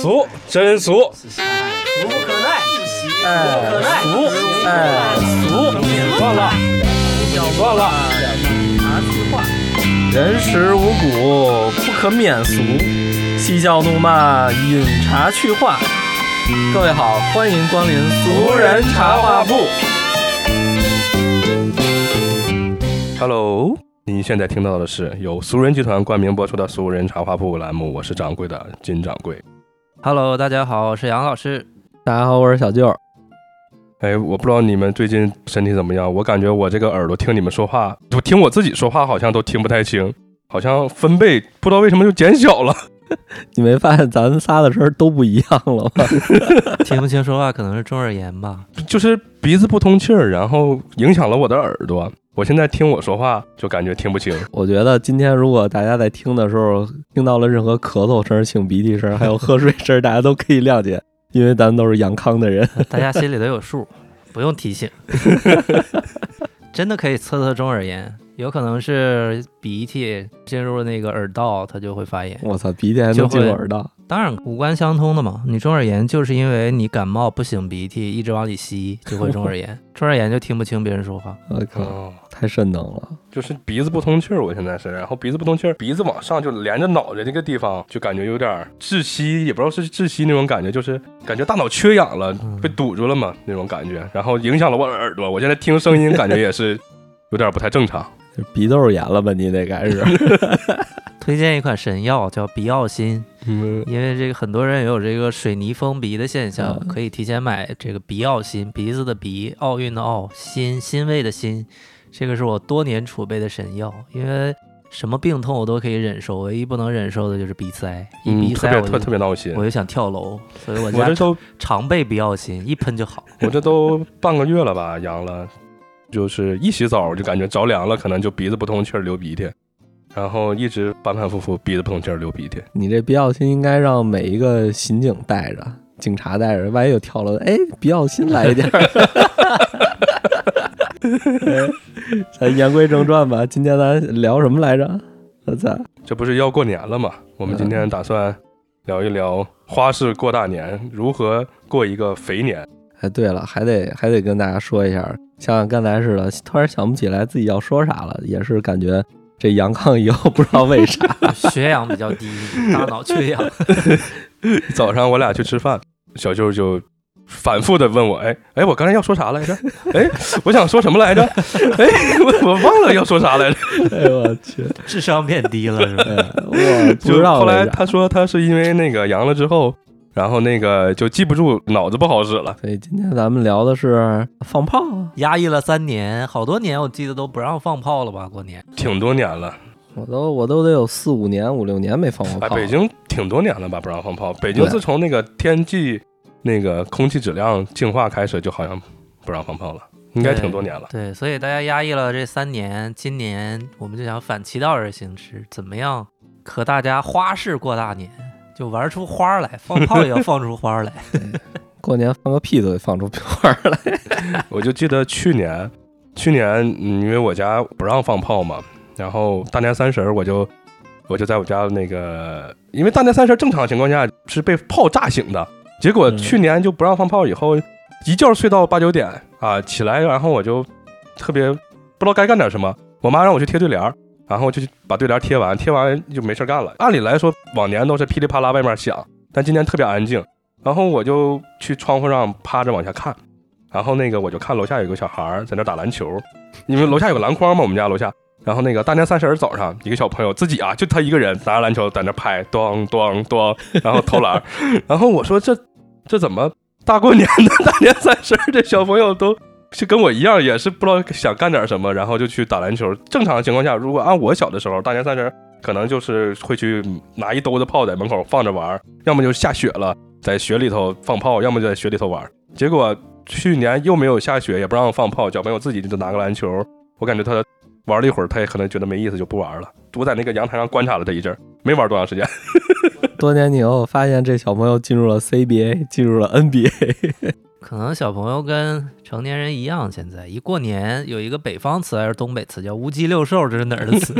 俗，真俗，俗不可耐，哎，俗，哎，俗，算了，算了，人食五谷，不可免俗。嬉笑怒骂，饮茶去话。各位好，欢迎光临俗人茶话铺。 Hello，您现在听到的是由俗人集团冠名播出的《俗人茶话铺》栏目，我是掌柜的金掌柜。 Hello，大家好，我是杨老师。大家好，我是小舅。哎，我不知道你们最近身体怎么样，我感觉我这个耳朵听你们说话，我听我自己说话好像都听不太清，好像分贝不知道为什么就减小了。 你没发现咱仨的声儿都不一样了吗？听不清说话可能是中耳炎吧？就是鼻子不通气儿，然后影响了我的耳朵。我现在听我说话就感觉听不清，我觉得今天如果大家在听的时候听到了任何咳嗽声、擤鼻涕声，还有喝水声，大家都可以谅解， 因为咱们都是阳康的人。大家心里都有数，不用提醒。真的可以测测中耳炎，有可能是鼻涕进入那个耳道，它就会发炎。我操，鼻涕还能进入耳道，当然五官相通的嘛，你中耳炎就是因为你感冒不擤鼻涕，一直往里吸就会中耳 炎，中耳炎就听不清别人说话。我靠，哦，呃太瘆得慌了。就是鼻子不通气儿，我现在是，然后鼻子不通气儿，鼻子往上就连着脑袋这个地方，就感觉有点儿窒息，也不知道是窒息那种感觉，就是感觉大脑缺氧了，嗯被堵住了嘛那种感觉，然后影响了我耳朵，我现在听声音感觉也是有点不太正常。这鼻窦炎了吧？你得该是推荐一款神药叫鼻奥辛，嗯，因为这个很多人也有这个水泥封鼻的现象，嗯可以提前买这个鼻奥辛，鼻子的鼻，奥运的奥，辛欣慰的欣，这个是我多年储备的神药，因为什么病痛我都可以忍受，唯一不能忍受的就是鼻塞，一嗯鼻特塞别我特就、特别闹心。我就想跳楼，所以我我这家都常备鼻奥辛，一喷就好。我这都半个月了吧，阳了，就是一洗澡我就感觉着凉了，可能就鼻子不通气儿流鼻涕，然后一直反反复复鼻子不通气儿流鼻涕。 你这必要心应该让每一个刑警带着，警察带着，万一有跳楼的，哎，必要心来一点 儿。哎咱言归正传吧，今天咱聊什么来着？我操，这不是要过年了吗？我们今天打算聊一聊花式过大年，如何过一个肥年。 哎，对了，还得还得跟大家说一下，像刚才似的，突然想不起来自己要说啥了，也是感觉这阳康以后不知道为啥， 血氧比较低，大脑缺氧。早上我俩去吃饭，小舅就反复的问我，哎哎，我刚才要说啥来 着？哎，我想说什么来着？哎， 我我忘了要说啥来着。 哎呦我去， 智商变低了是吧？ 哎、我 不就知道后来为啥他说他是因为那个阳了之后，然后那个就记不住，脑子不好使了。所以今天咱们聊的是放炮啊， 压抑了三年，好多年我记得都不让放炮了吧？过年挺多年了，我都我都得有四五年五六年没放过哎，炮了。北京挺多年了吧，不让放炮。北京对自从那个天气、那个空气质量净化开始，就好像不让放炮了，应该挺多年了。对，所以大家压抑了这三年，今年我们就想反其道而行之，怎么样和大家花式过大年，就玩出花儿来，放炮也要放出花儿 来。过年放个屁都得放出花儿来。 我就记得去年，去年嗯因为我家不让放炮嘛，然后大年三十儿我就我就在我家那个，因为大年三十儿正常情况下是被炮炸醒的，结果嗯去年就不让放炮，以后一觉睡到八九点啊起来，然后我就特别不知道该干点什么，我妈让我去贴对联儿。然后就去把对联儿贴完，贴完就没事儿干了。按理来说，往年都是噼里啪啦外面响，但今年特别安静。然后我就去窗户上趴着往下看，然后那个我就看楼下有个小孩儿在那打篮球，因为楼下有个篮筐嘛，我们家楼下。然后那个大年三十儿早上，一个小朋友自己啊，就他一个人拿着篮球在那拍，咚咚咚，然后投篮儿。然后我说这这怎么大过年的大年三十儿，这小朋友都是跟我一样，也是不知道想干点什么，然后就去打篮球。正常情况下，如果按我小的时候，大年三十儿可能就是会去拿一兜子炮在门口放着玩儿，要么就下雪了，在雪里头放炮，要么就在雪里头玩儿。结果去年又没有下雪，也不让放炮，小朋友自己就拿个篮球。我感觉他玩了一会儿，他也可能觉得没意思，就不玩了。我在那个阳台上观察了他一阵儿，没玩多长时间。多年以后，发现这小朋友进入了 CBA，进入了 NBA。可能小朋友跟成年人一样，现在一过年有一个北方词还是东北词叫“乌鸡六兽”，这是哪儿 的词？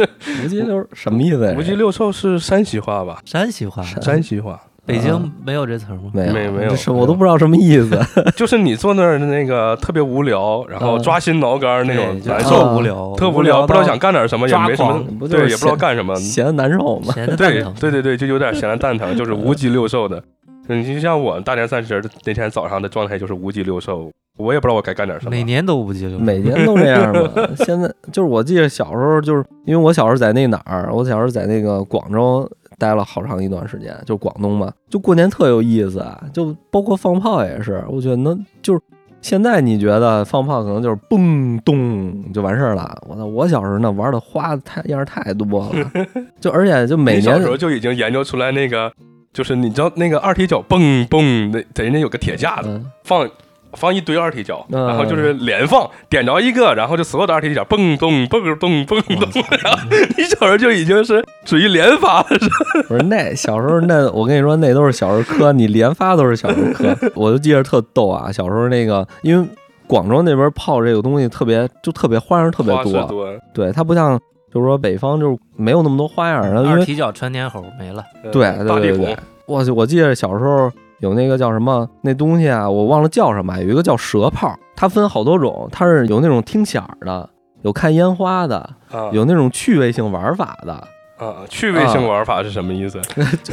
无鸡溜什么意思呀？ 无鸡六兽是山西话吧？山西话。山西话，北京没有这词儿吗？没有没没有这是没我都有不知道什么意思。就是你坐那儿那个特别无聊，然后嗯抓心挠肝那种 对就难啊受，特无聊，特无无聊聊，到不知道想干点什么，也抓没什狂么，不就对，是也不知道闲干什么。闲的难受嘛？闲的蛋对疼。对对对，就有点 闲的蛋疼，就是无鸡六兽的。你就像我大年三十那天早上的状态就是无鸡六兽，我也不知道我该干点什么。每年都五级流每年都这样嘛。现在就是我记得小时候，就是因为我小时候在那哪儿，我小时候在那个广州待了好长一段时间，就广东嘛，就过年特有意思啊，就包括放炮也是，我觉得能就是。现在你觉得放炮可能就是嘣咚就完事儿了？我操！我小时候那玩的花太样太多了， 就而且就每你小年嗯时候就已经研究出来那个，就是你知道那个二踢脚蹦蹦，那在人家有个铁架子，嗯放放一堆二踢脚，嗯然后就是连放，点着一个，然后就所有的二踢脚蹦咚蹦咚蹦嗯咚，然后你小时候就已经是属于连发了，是吧 不是那小时候那我跟你说那都是小儿科，你连发都是小儿科。我就记着特逗啊，小时候那个因为广州那边泡这个东西特别就特别花样特别花式多，多，嗯对它不像就是说北方就是没有那么多花样，然后因二为踢脚穿天猴没了，嗯对大地对对孔对，，我我记着小时候有那个叫什么那东西啊，我忘了叫什么，有一个叫蛇炮，它分好多种，它是有那种听响儿的，有看烟花的，啊有那种趣味性玩法的。啊，趣味性玩法是什么意思？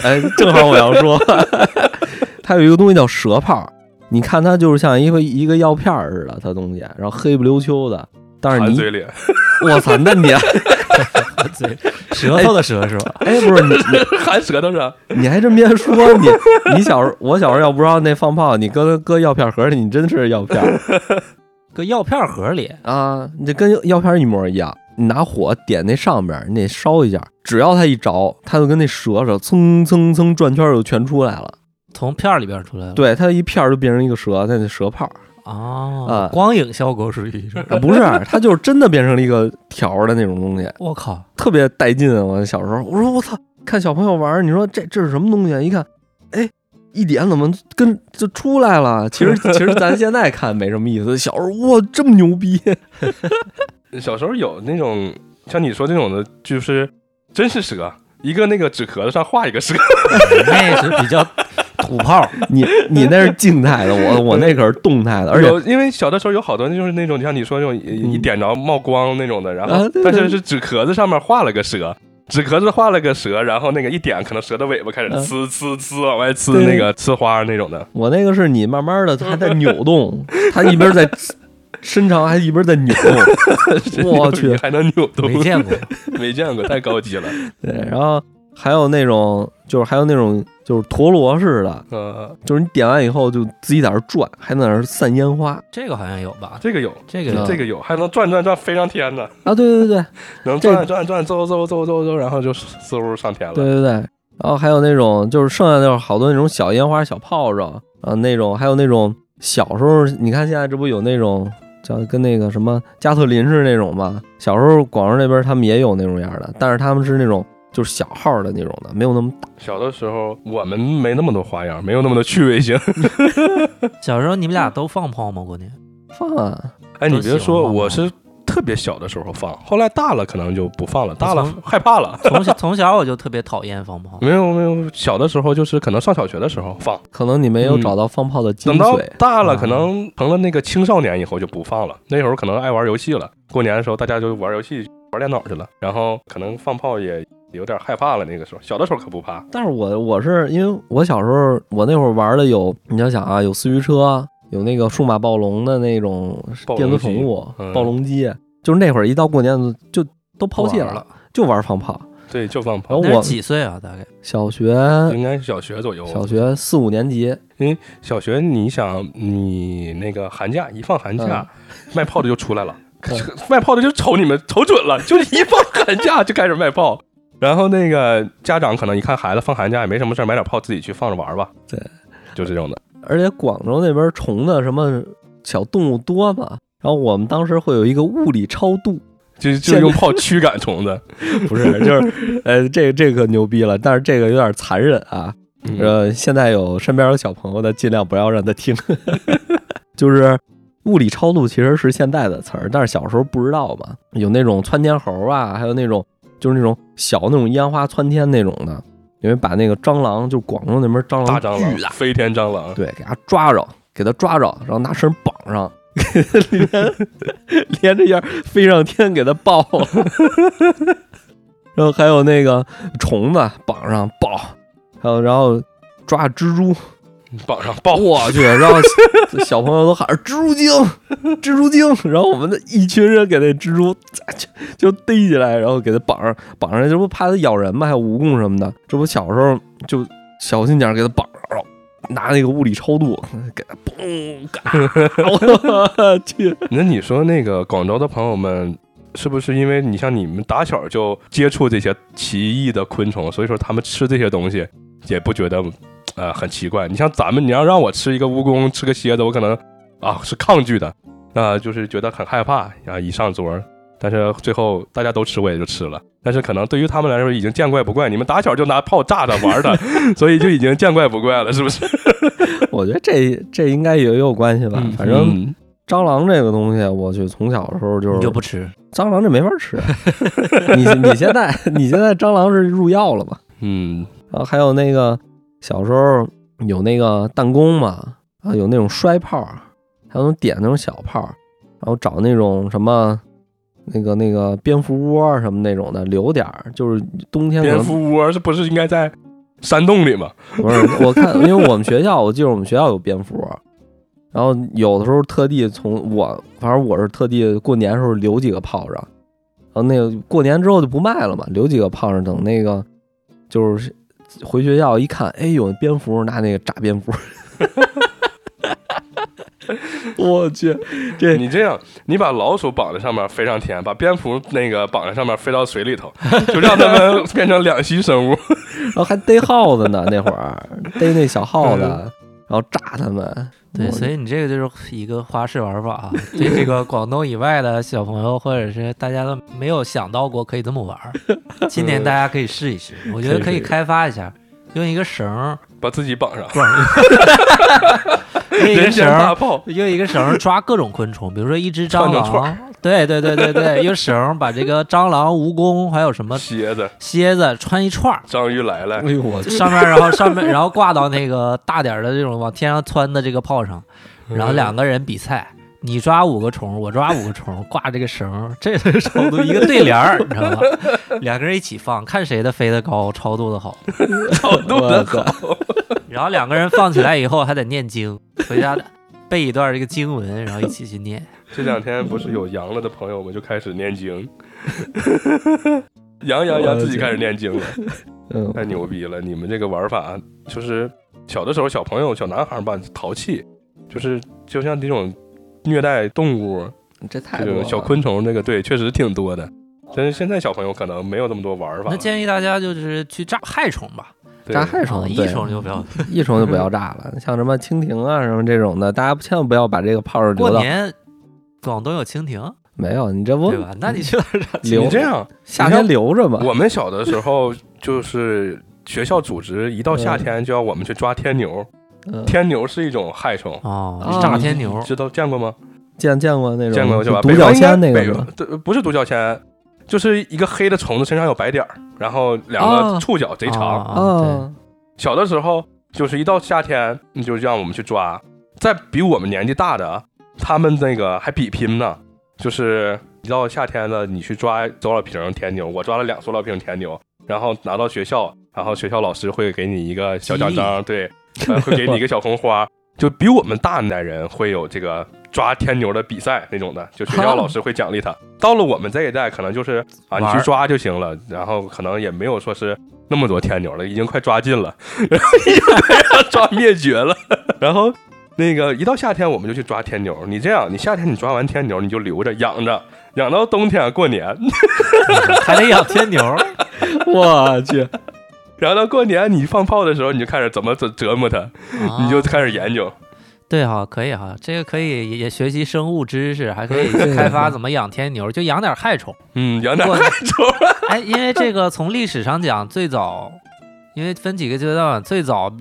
哎，正好我要说， 它有一个东西叫蛇炮，你看它就是像一个一个药片儿似的，它东西，然后黑不溜秋的，但是含你嘴 里，我操，那你对，舌头的舌是吧？哎不是你含舌头上，你还真别说你你小时候我小时候要不知道那放炮，你搁搁药片盒里，你真是药片儿 搁药片盒里，啊，你这跟药片儿一模一样。你拿火点那上边儿，你得烧一下，只要它一着，它就跟那蛇似的，蹭蹭蹭转圈儿就全出来了。从片儿里边出来了。对，它一片儿就变成一个蛇，它那蛇炮。哦啊，光影效果属于是。啊，不是，它就是真的变成了一个条儿的那种东西，我靠，特别带劲。啊我小时候，我说我操，看小朋友玩儿，你说这这是什么东西啊？一看，哎，一点怎么跟就出来了？其实其实咱现在看没什么意思，小时候哇这么牛逼，小时候有那种像你说这种的，就是真是蛇，一个那个纸壳子上画一个蛇，那是比较土 炮，你你那是静态的，我我那可是动态的，而且嗯有因为小的时候有好多就是那种像你说那种一一点着冒光那种的，然后啊对但是对是纸壳子上面画了个蛇。纸壳子画了个蛇，然后那个一点，可能蛇的尾巴开始嗯呲呲呲往外呲对那个呲花那种的， 我那个是你慢慢的它在扭动，它一边在伸长，还一边在扭动。 我去你还能扭动，没见过。没见过，太高级了。对，然后还有那种就是还有那种就是陀螺似的，呃，就是你点完以后就自己在那儿转，还在那儿散烟花这个好像有吧？这个有，这 嗯个这个有，还能转转转飞上天呢，啊！对对对能这转转转走走走走走，然后就嗖上天对了。对对，然后还有那种就是剩下就是好多那种小烟花、小炮仗啊，那种还有那种小时候你看现在这不有那种叫跟那个什么加特林似的那种吗？小时候广州那边他们也有那种样的，但是他们是那种就是小号的那种的，没有那么大。小的时候我们没那么多花样，没有那么多趣味性。小时候你们俩都放炮吗？过年放啊，哎，你别都喜欢说，放吗我是特别小的时候放，后来大了可能就不放了，大了从害怕了。 从小从小我就特别讨厌放嗯炮，没有没有，小的时候就是可能上小学的时候放，可能你没有嗯找到放炮的精等到髓。大了啊可能成了那个青少年以后就不放了。那时候可能爱玩游戏了，过年的时候大家就玩游戏、玩电脑去了，然后可能放炮也有点害怕了。那个时候小的时候可不怕，但是我我是因为我小时候我那会儿玩的有，你要想啊，有四驱车，有那个数码暴龙的那种暴电龙子机宠物嗯暴龙机，就是那会儿一到过年就就都抛弃不玩了，，就玩放炮。对，就放炮然。后那我是几岁啊？大概小学应该是小学左右，小学四五年级，小学，你想你那个寒假一放寒假，卖炮的就出来 了，嗯 卖炮的就瞅你们瞅准了， 就是一放寒假就开始卖炮。然后那个家长可能一看孩子放寒假也没什么事儿，买点炮自己去放着玩吧。对，就这种的。而且广州那边虫的什么小动物多嘛。然后我们当时会有一个物理超度，就现就在用炮驱赶虫 子，不是，就是，呃，这个这个可牛逼了，但是这个有点残忍啊，嗯呃，现在有身边有小朋友的，尽量不要让他听。 就是物理超度其实是现在的词儿，但是小时候不知道嘛。有那种窜天猴啊，还有那种就是那种小那种烟花窜天那种的。因为把那个蟑螂，就广东那边蟑大螂蟑螂巨大，飞天蟑螂，对，给它抓着，给它抓着，然后拿绳绑上， 给它连连着样飞上天，给它抱。 然后还有那个虫子绑上抱，还有然后抓蜘蛛，绑上抱，我去，然后小朋友都喊着蜘蛛精，蜘蛛精，然后我们的一群人给那蜘蛛就就逮起来，然后给它绑上，绑上，这不怕它咬人吗？还有蜈蚣什么的，这不小时候就小心点儿给它绑上，然后拿那个物理超度给它嘣，嘎，我去，那你说那个广州的朋友们，是不是因为你像你们打小就接触这些奇异的昆虫，所以说他们吃这些东西也不觉得呃很奇怪？你像咱们，你要让我吃一个蜈蚣，吃个蝎子，我可能啊是抗拒的，那、就是觉得很害怕啊，一上桌。但是最后大家都吃，我也就吃了。但是可能对于他们来说已经见怪不怪，你们打小就拿炮炸着玩的，所以就已经见怪不怪了，是不是？我觉得这这应该也有关系吧，反正嗯蟑螂这个东西，我去从小的时候就是你就不吃，蟑螂这没法吃， 你你现在你现在蟑螂是入药了吧？嗯，然后还有那个小时候有那个弹弓嘛，啊，有那种摔炮，啊还有那种点那种小炮，然后找那种什么那个那个蝙蝠窝什么那种的留点儿，就是冬天可蝙能蝠窝是不是应该在山洞里吗？ 不是我看，因为我们学校我记得我们学校有蝙蝠窝。然后有的时候特地从我，反正我是特地过年的时候留几个炮仗，然后那个过年之后就不卖了嘛，留几个炮仗，等那个就是回学校一看，哎，有蝙蝠，拿那个炸蝙蝠。 我去，这你这样，你把老鼠绑在上面飞上天，把蝙蝠那个绑在上面飞到水里头，就让它们 变成两栖生物。然后还逮耗子呢，那会儿逮那小耗子，嗯然后炸他们。对，我所以你这个就是一个花式玩法啊，对这个广东以外的小朋友或者是大家都没有想到过可以这么玩儿，今年大家可以试一试，我觉得可以开发一下，用一个绳儿，把自己绑上，用一个人间绳大儿，炮，用一个绳儿抓各种昆虫，比如说一只串蟑成串螂，对对对对对，用绳儿把这个蟑螂、蜈蚣还有什么蝎子，蝎子穿一串儿。章鱼来了哎，呦我上面，然后上面，然后挂到那个大点儿的这种往天上窜的这个炮上，然后两个人比赛，你抓五个虫，我抓五个虫，挂这个绳儿，这是超度一个对联儿，你知道吧？两个人一起放，看谁的飞得高，超度的好。好多的 我好。然后两个人放起来以后还得念经，回家背一段这个经文，然后一起去念。这两天不是有阳了的朋友们就开始念经， 阳阳阳自己开始念经了，嗯，太牛逼了！你们这个玩法就是小的时候小朋友小男孩吧淘气，就是就像这种虐待动物，这太这多种了小昆虫，这个对，确实挺多的。但是现在小朋友可能没有这么多玩法那了。建议大家就是去炸害虫吧，对炸害虫啊，对益虫就不要。一虫就不要炸了，像什么蜻蜓啊什么这种的，大家千万不要哦把这个炮儿过留到年广东有蜻蜓，没有，你这不对吧？那你去哪儿炸？留你这样，夏天留着吧。我们小的时候就是学校组织，一到夏天就要我们去抓天牛。嗯天牛是一种害虫，哦啊，炸天牛，知道见过吗？见见过那种见过就吧？独北方角应该仙那个北吗？对，不是独角仙，就是一个黑的虫子，身上有白点儿，然后两个啊触角贼长。啊，啊啊，小的时候就是一到夏天，你就让我们去抓。再比我们年纪大的，他们那个还比拼呢，就是一到夏天了，你去抓多少瓶甜牛，我抓了两塑料瓶甜牛，然后拿到学校，然后学校老师会给你一个小奖章，对，呃会给你一个小红花。就比我们大男人会有这个抓天牛的比赛那种的，就学校老师会奖励他。到了我们这一代，可能就是啊，你玩去儿抓就行了，然后可能也没有说是那么多天牛了，已经快抓 尽了，然后已经快要抓灭绝了。 然后那个一到夏天我们就去抓天牛，你这样，你夏天你抓完天牛你就留着养着，养到冬天过年， 还得养天牛， 我去，然后到过年你放炮的时候你就开始怎么折折磨它，你就开始研究。啊对哈，可以哈，这个可以也学习生物知识，还可以对开发怎么养天牛，就养点害虫。嗯，养点过害 虫，哎，因为这个从历史上讲， 最早，因为分几个阶段，最早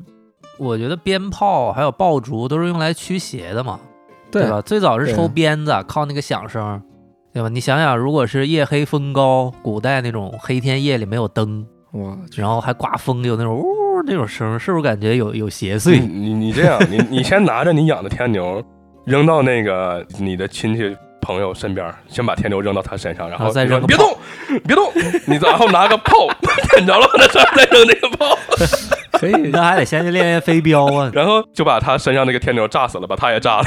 我觉得鞭炮还有爆竹都是用来驱邪的嘛，对对吧？最早是对抽鞭子，靠那个响声，对吧？你想想，如果是夜黑风高，古代那种黑天夜里没有灯，哇，然后还刮风，有那种呜那种声，是不是感觉有有邪你祟？你你这样，你你先拿着你养的天牛，扔到那个你的亲戚朋友身边，先把天牛扔到他身上，然然后后再你说扔个别动，别动，你然后拿个炮 点着了，往他身上再扔那个炮，！可以那还得先去练练飞镖 啊然后就把他身上那个天牛炸死了，把他也炸了。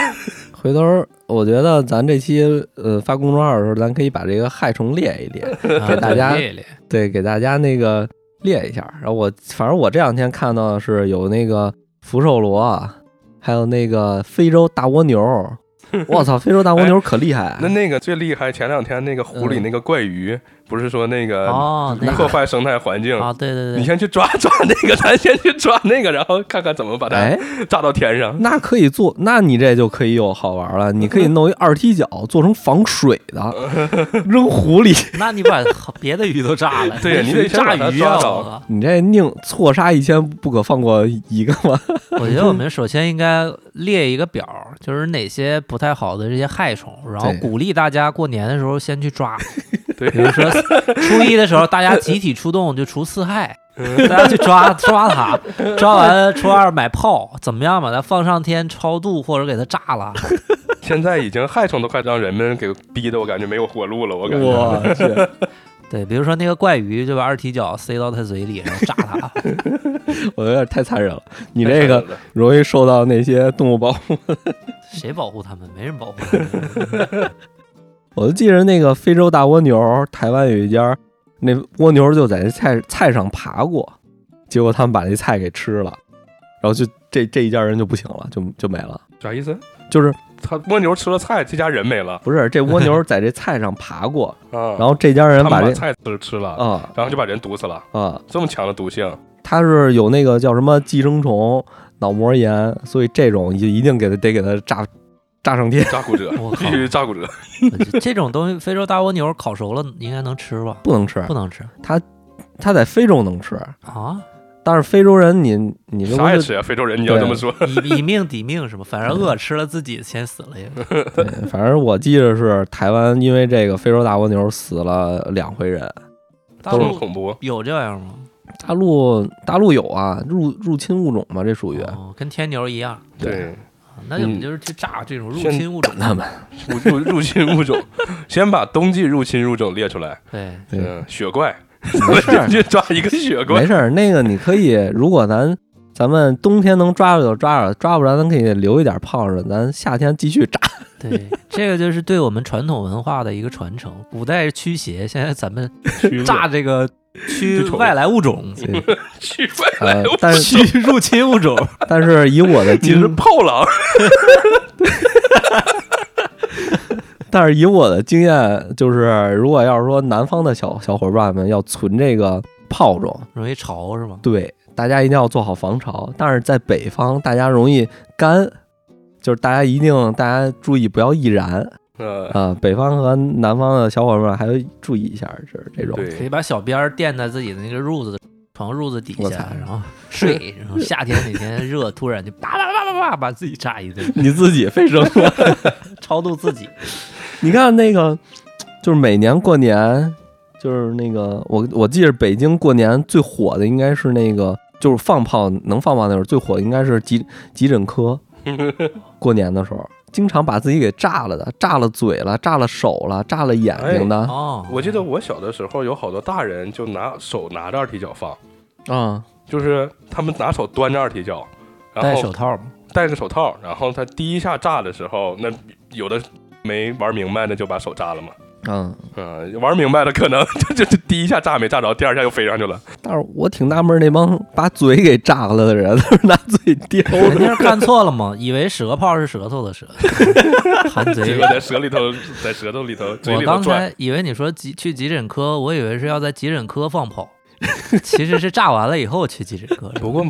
回头我觉得咱这期呃发公众号的时候，咱可以把这个害虫列一列，给大家练一练。对，给大家那个列一下。然后我反正我这两天看到的是有那个福寿螺啊，还有那个非洲大蜗牛。 我操，非洲大蜗牛可厉害、哎啊哎那那个最厉害，前两天那个湖里嗯那个怪鱼，不是说那个哦那个破坏生态环境，啊，对对呃你对，先去抓抓那个，咱先去抓那个，然后看看怎么把它哎，炸到天上。那可以做，那你这就可以有好玩了。你可以弄一二踢脚，做成防水 的，扔湖里。那你把 别的鱼都炸了，对你得先炸把它鱼啊！抓到我靠你这宁错杀一千，不可放过一个吗？我觉得我们首先应该列一个表儿，就是哪些不太好的这些害虫，然后对鼓励大家过年的时候先去抓。 对比如说初一的时候，大家集体出动就除四害，大家去抓抓它，抓完了初二买炮，怎么样把它放上天超度或者给它炸了？现在已经害虫都快让人们给逼的，我感觉没有活路了。我感觉我去，对，比如说那个怪鱼就把二踢脚塞到它嘴里，然后炸它。我有点太残忍了。你这个太惨了容易受到那些动物保护。谁保护它们？没人保护 它们。我就记着那个非洲大蜗牛，台湾有一家，那蜗牛就在那菜菜上爬过，结果他们把那菜给吃了，然后就这这一家人就不行了，就就没了。啥意思？就是他蜗牛吃了菜，这家人没了不是这蜗牛在这菜上爬过，啊。然后这家人他们这菜吃吃了，啊然后就把人毒死了。啊，这么强的毒性，它是有那个叫什么寄生虫、脑膜炎，所以这种就一定给它得给它炸炸上天，炸骨折我，靠必须炸骨折。这这种东西，非洲大蜗牛烤熟了应该能吃吧？不能吃不。能吃它在非洲能吃，啊？但是非洲人你你这不啥也是吃呀，啊非洲人你要对这么说，以以命抵命是吗？反正饿吃了自己先死了 也。对，嗯反正我记着是台湾因为这个非洲大蜗牛死了两回人，大这啊么陆恐怖。有这样吗？大陆大陆有啊，入入侵物种嘛，这属于 哦，跟天牛一样，对，啊那我们嗯就是去炸这种入现侵物种。他们入入入侵物种，先把冬季入侵物种列出来。对，对嗯，雪怪，没事儿去抓一个雪怪没。事儿，那个你可以，如果咱咱们冬天能抓着就抓着，抓不着咱可以留一点泡着，咱夏天继续炸。对， 这个就是对我们传统文化的一个传承。古代是驱邪，现在咱们炸这个驱驱虫外来 物种，对去外来呃，嗯但是驱入侵物种。但是以我的你是经，炮狼，但是以我的经验，就是如果要是说南方的小小伙伴们要存这个炮种，容易潮是吗？对，大家一定要做好防潮。但是在北方，大家容易干，就是大家一定大家注意不要易燃呃，啊、北方和南方的小伙伴们还要注意一下，就是这种。可对以，把小鞭儿垫在自己的那个褥子床褥子底我下操，然后睡，然后夏天哪天热，突然就叭叭叭叭叭把自己炸一 顿，你自己非生了，超度自己。 你看那个，就是每年过年，就是那个我我记着北京过年最火的应该是那个，就是放炮能放炮那会儿最火的应该是急急诊科，过年的时候经常把自己给炸了的，炸了嘴了，炸了手了，炸了眼睛的。哦，我记得我小的时候有好多大人就拿手拿着二踢脚放，啊，就是他们拿手端着二踢脚，然戴后手套嘛，戴个手套，然后他第一下炸的时候，那有的没玩明白的就把手炸了嘛。嗯，嗯，玩明白的可能 就就就第一下炸没炸着，第二下又飞上去了。但是我挺纳闷儿，那帮把嘴给炸了的人， 都是拿嘴叼人的。家看错了嘛，以为舌泡是舌头的舌，含嘴结里果。在舌里头，在舌头里头，嘴我里头刚转。才以为你说急去急诊科，我以为是要在急诊科放炮，其实是炸完了以后去急诊科。不过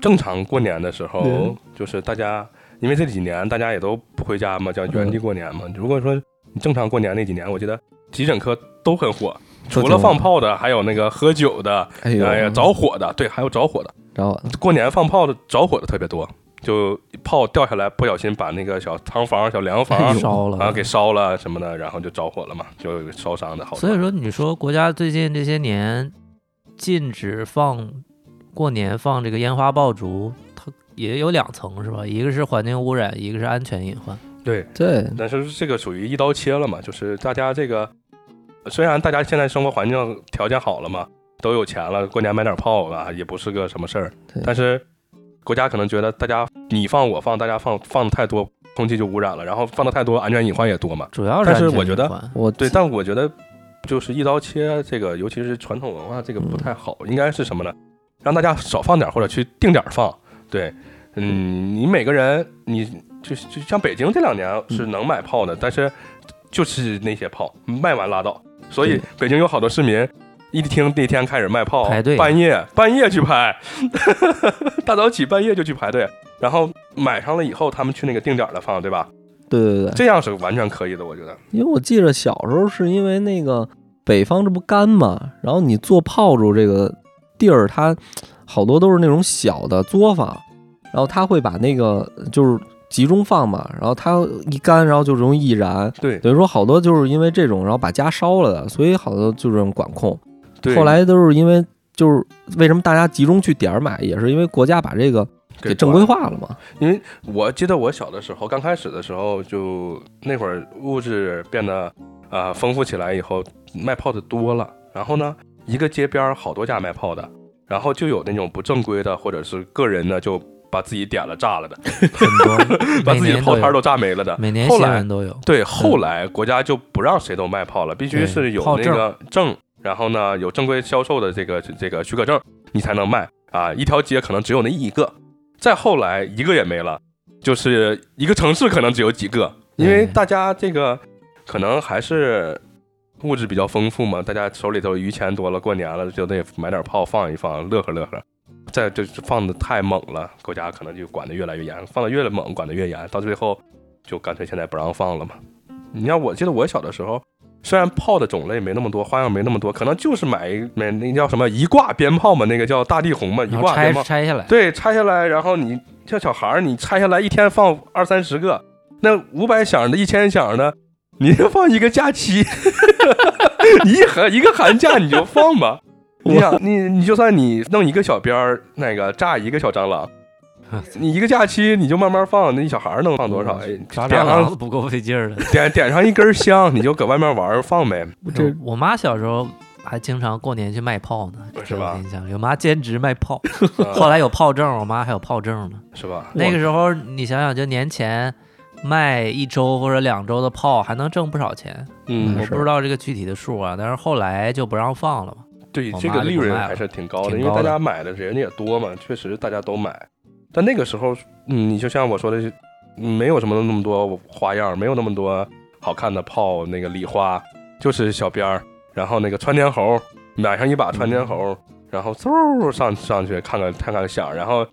正常过年的时候对，就是大家因为这几年大家也都不回家嘛，叫原嗯地过年嘛。如果说你正常过年那几年，我觉得急诊科都很火，除了放，炮的，还有那个喝酒的，哎呦，哎呀着火的，对，还有着火的。然后过年放炮的着火的特别多，就炮掉下来不小心把那个小仓房、小粮哎房呦烧啊了，给烧了什么的，然后就着火了嘛，就有烧伤的好多。所以说你说国家最近这些年禁止放过年放这个烟花爆竹，它也有两层是吧？一个是环境污染，一个是安全隐患。对，对，但是这个属于一刀切了嘛，就是大家这个虽然大家现在生活环境条件好了嘛，都有钱了，过年买点炮啊也不是个什么事儿对，但是国家可能觉得大家你放我放，大家放放太多，空气就污染了，然后放的太多，安全隐患也多嘛。主要但是安全我觉得隐患我对，但我觉得就是一刀切这个，尤其是传统文化这个不太好，应该是什么呢？让大家少放点儿，或者去定点儿放。对，嗯，你每个人，你就就像北京这两年嗯是能买炮的，但是就是那些炮卖完拉倒，所以对北京有好多市民。一听那天开始卖炮，排队半夜半夜去拍， 大早起半夜就去排队，然后买上了以后，他们去那个定点儿的放，对吧？对对对，这样是完全可以的，我觉得。因为我记着小时候是因为那个北方这不干嘛，然后你做炮竹这个地儿，它好多都是那种小的作坊，然后他会把那个就是集中放嘛，然后它一干，然后就容易易燃，对等于说好多就是因为这种，然后把家烧了的，所以好多就这种管控。对，后来都是因为就是为什么大家集中去点儿买，也是因为国家把这个给正规化。化了嘛。因为我记得我小的时候，刚开始的时候，就那会儿物质变得啊、呃丰富起来以后，卖炮的多了。然后呢，一个街边儿好多家卖炮的，然后就有那种不正规的，或者是个人的就把自己点了炸了的，很 多把每自己的年炮都摊儿有，都炸没了的。每年后新来闻都有。对，后来国家就不让谁都卖炮了，必须嗯对是有炮那证个证，然后呢有正规销售的这个这个许可证，你才能卖啊。一条街可能只有那一个，再后来一个也没了，就是一个城市可能只有几个，因为对大家这个可能还是物质比较丰富嘛，大家手里头余钱多了，过年了就得买点炮放一放，乐呵乐呵。再就是放的太猛了，国家可能就管的越来越严，放的越来越猛，管的越严，到最后就干脆现在不让放了嘛。你像我记得我小的时候，虽然炮的种类没那么多，花样没那么多，可能就是买一买那叫什么一挂鞭炮嘛，那个叫大地红嘛，一然后挂啊拆鞭炮，拆下来，对，拆下来，然后你像小孩儿，你拆下来一天放二三十个，那五百响的、一千响的，你就放一个假期， 你一寒一个寒假你就放吧。 你想，你你就算你弄一个小鞭儿，那个炸一个小蟑螂，你一个假期你就慢慢放，那小孩儿能放多少？哎， 炸点蟑上螂不够费劲儿的。点点上一根香，你就搁外面玩儿放呗。这嗯我妈小时候还经常过年去卖炮呢，是吧有印象，我妈兼职卖 炮，后啊来有炮证，我妈还有炮证呢。是吧？那个时候你想想，就年前卖一周或者两周的炮，还能挣不少钱。嗯嗯我是不知道这个具体的数啊，但是后来就不让放了嘛。对，我这妈个就利不润卖还了是挺高的，挺因为高大的家买的人也多嘛，确实大家都买。但那个时候，嗯，你就像我说的，嗯没有什么那么多花样，没有那么多好看的炮，那个礼花就是小鞭儿，然后那个窜天猴，买上一把窜天猴，然后嗖上上去看看看看响，然后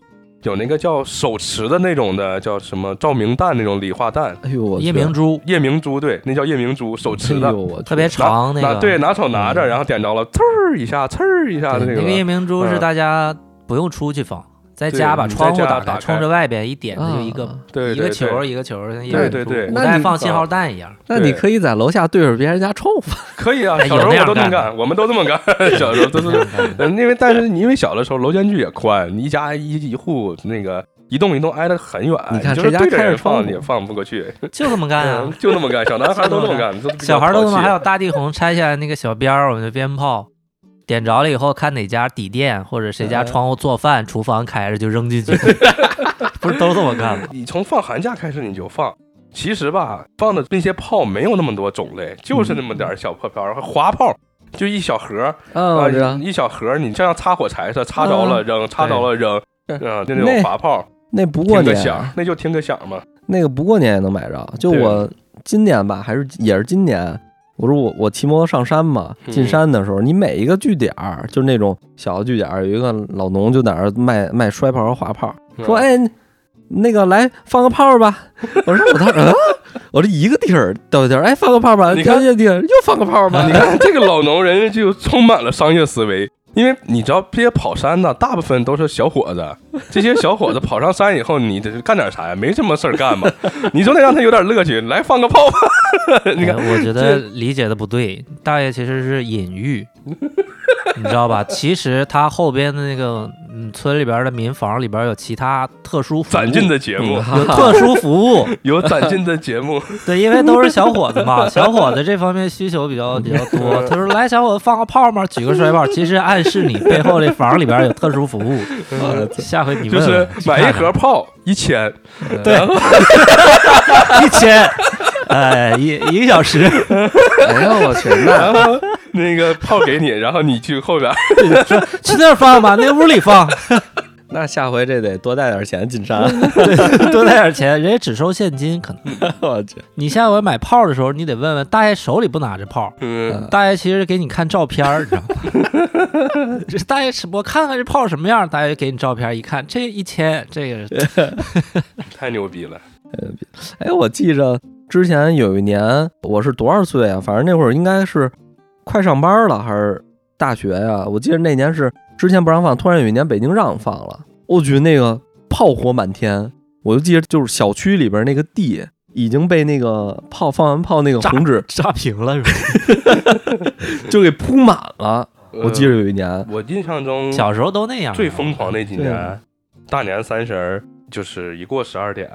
有那个叫手持的那种的，叫什么照明弹那种礼花弹，哎呦我去夜明珠夜明珠对，那叫夜明珠，手持哎的呦。我去 特别长拿那拿个，对，拿手拿着，嗯然后点着了，呲儿一下，呲儿一下的对那那个。个夜明珠是嗯大家不用出去放，在对家把你在窗户家打打开冲着外边一点，它就一个啊对，一个对球对儿一个球儿，像夜对明对珠对古那代你放信号弹一样。那你对可以在楼下对着别人家窗户放，可以啊，哎小时候我有那样都这么干的干，我们都这么干。小时候都是，嗯，因为但是你因为小的时候楼间距也宽，你一家一一户那个一栋一栋挨得很远，你看就是谁家对着开着人窗放户也放不过去，就这么干啊嗯！就那么干。小男孩都这么干，都比较小孩儿都他淘妈气还有大地红拆下来那个小鞭儿，我们就鞭炮，点着了以后看哪家底店或者谁家窗户做饭，厨房开着就 扔进去，不是都这么干吗？你从放寒假开始你就放。其实吧，放的那些炮没有那么多种类，就是那么点儿小破炮，然后滑炮就一小盒儿啊， 啊我知道，一小盒儿，你像擦火柴似的，擦着了扔，擦着了扔，啊，就那种那滑炮，那不过听个年响，那就听个响嘛。那个不过年也能买着。就对我今年吧，还是也是今年，我说我我骑摩托上山嘛，嗯进山的时候，你每一个据点儿，就是那种小的据点儿，有一个老农就在那儿卖卖摔炮和滑炮，说嗯哎，那个来放个炮吧。 我说我当时啊，我这一个地儿到地儿，哎放个炮吧，你条看件地儿又放个炮吧啊你。看这个老农人家就充满了商业思维，因为你知道这些跑山的大部分都是小伙子，这些小伙子跑上山以后，你得干点啥呀？没什么事儿干嘛？你总得让他有点乐趣，来放个炮吧。 你看 哎我觉得理解的不对，大爷其实是隐喻。你知道吧？其实它后边的那个嗯村里边的民房里边有其他特殊服务攒劲的嗯节目，有特殊服务，有攒劲的节目，对，因为都是小伙子嘛，小伙子这方面需求比较比较多。他说：“来，小伙子放个泡嘛，举个摔炮。”其实暗示你背后这房里边有特殊服 务。下回呃你就问是问买一盒，炮一千，对去看看一千，哎，一一个小时， 哎呦我去，那然后那个炮给你，然后你去后边。去那儿放吧，那屋里放， 那下回这得多带点钱进山，多带点钱，人家只收现金，可能 我去，你下回买炮的时候，你得问问大爷手里不拿着炮。嗯，大爷其实给你看照片儿，你知道吗？ 这大爷是我看看这炮什么样，大爷给你照片儿一看，这一千，这个太牛逼了。哎，我记着之前有一年，我是多少岁啊？反正那会儿应该是快上班了，还是大学呀、我记得那年是之前不让放，突然有一年北京让放了，我去那个炮火满天，我就记得就是小区里边那个地已经被那个炮放完炮那个炸 红纸炸平了是吧？就给铺满了。我记着着有一年，呃我印象中小时候都那样，啊最疯狂那几年对，大年三十儿就是一过十二点，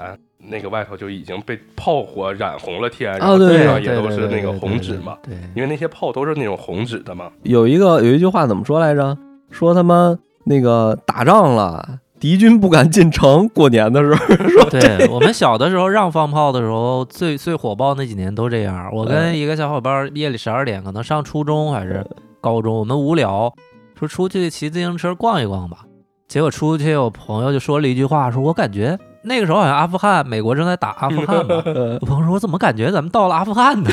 那个外头就已经被炮火染红了天，然后对地对上对也对都是对那个对红对纸对嘛。对，因为那些炮都是那种红纸的嘛，有一个有一句话怎么说来着？说他妈那个打仗了，敌军不敢进城。过年的时候， 对我们小的时候让放炮的时候，最最火爆那几年都这样。我跟一个小伙伴儿夜里十二点，可能上初中还是高中，我们无聊说出去骑自行车逛一逛吧。结果出去，我朋友就说了一句话，说我感觉那个时候好像阿富汗，美国正在打阿富汗 嘛。呃我朋友说，我怎么感觉咱们到了阿富汗呢？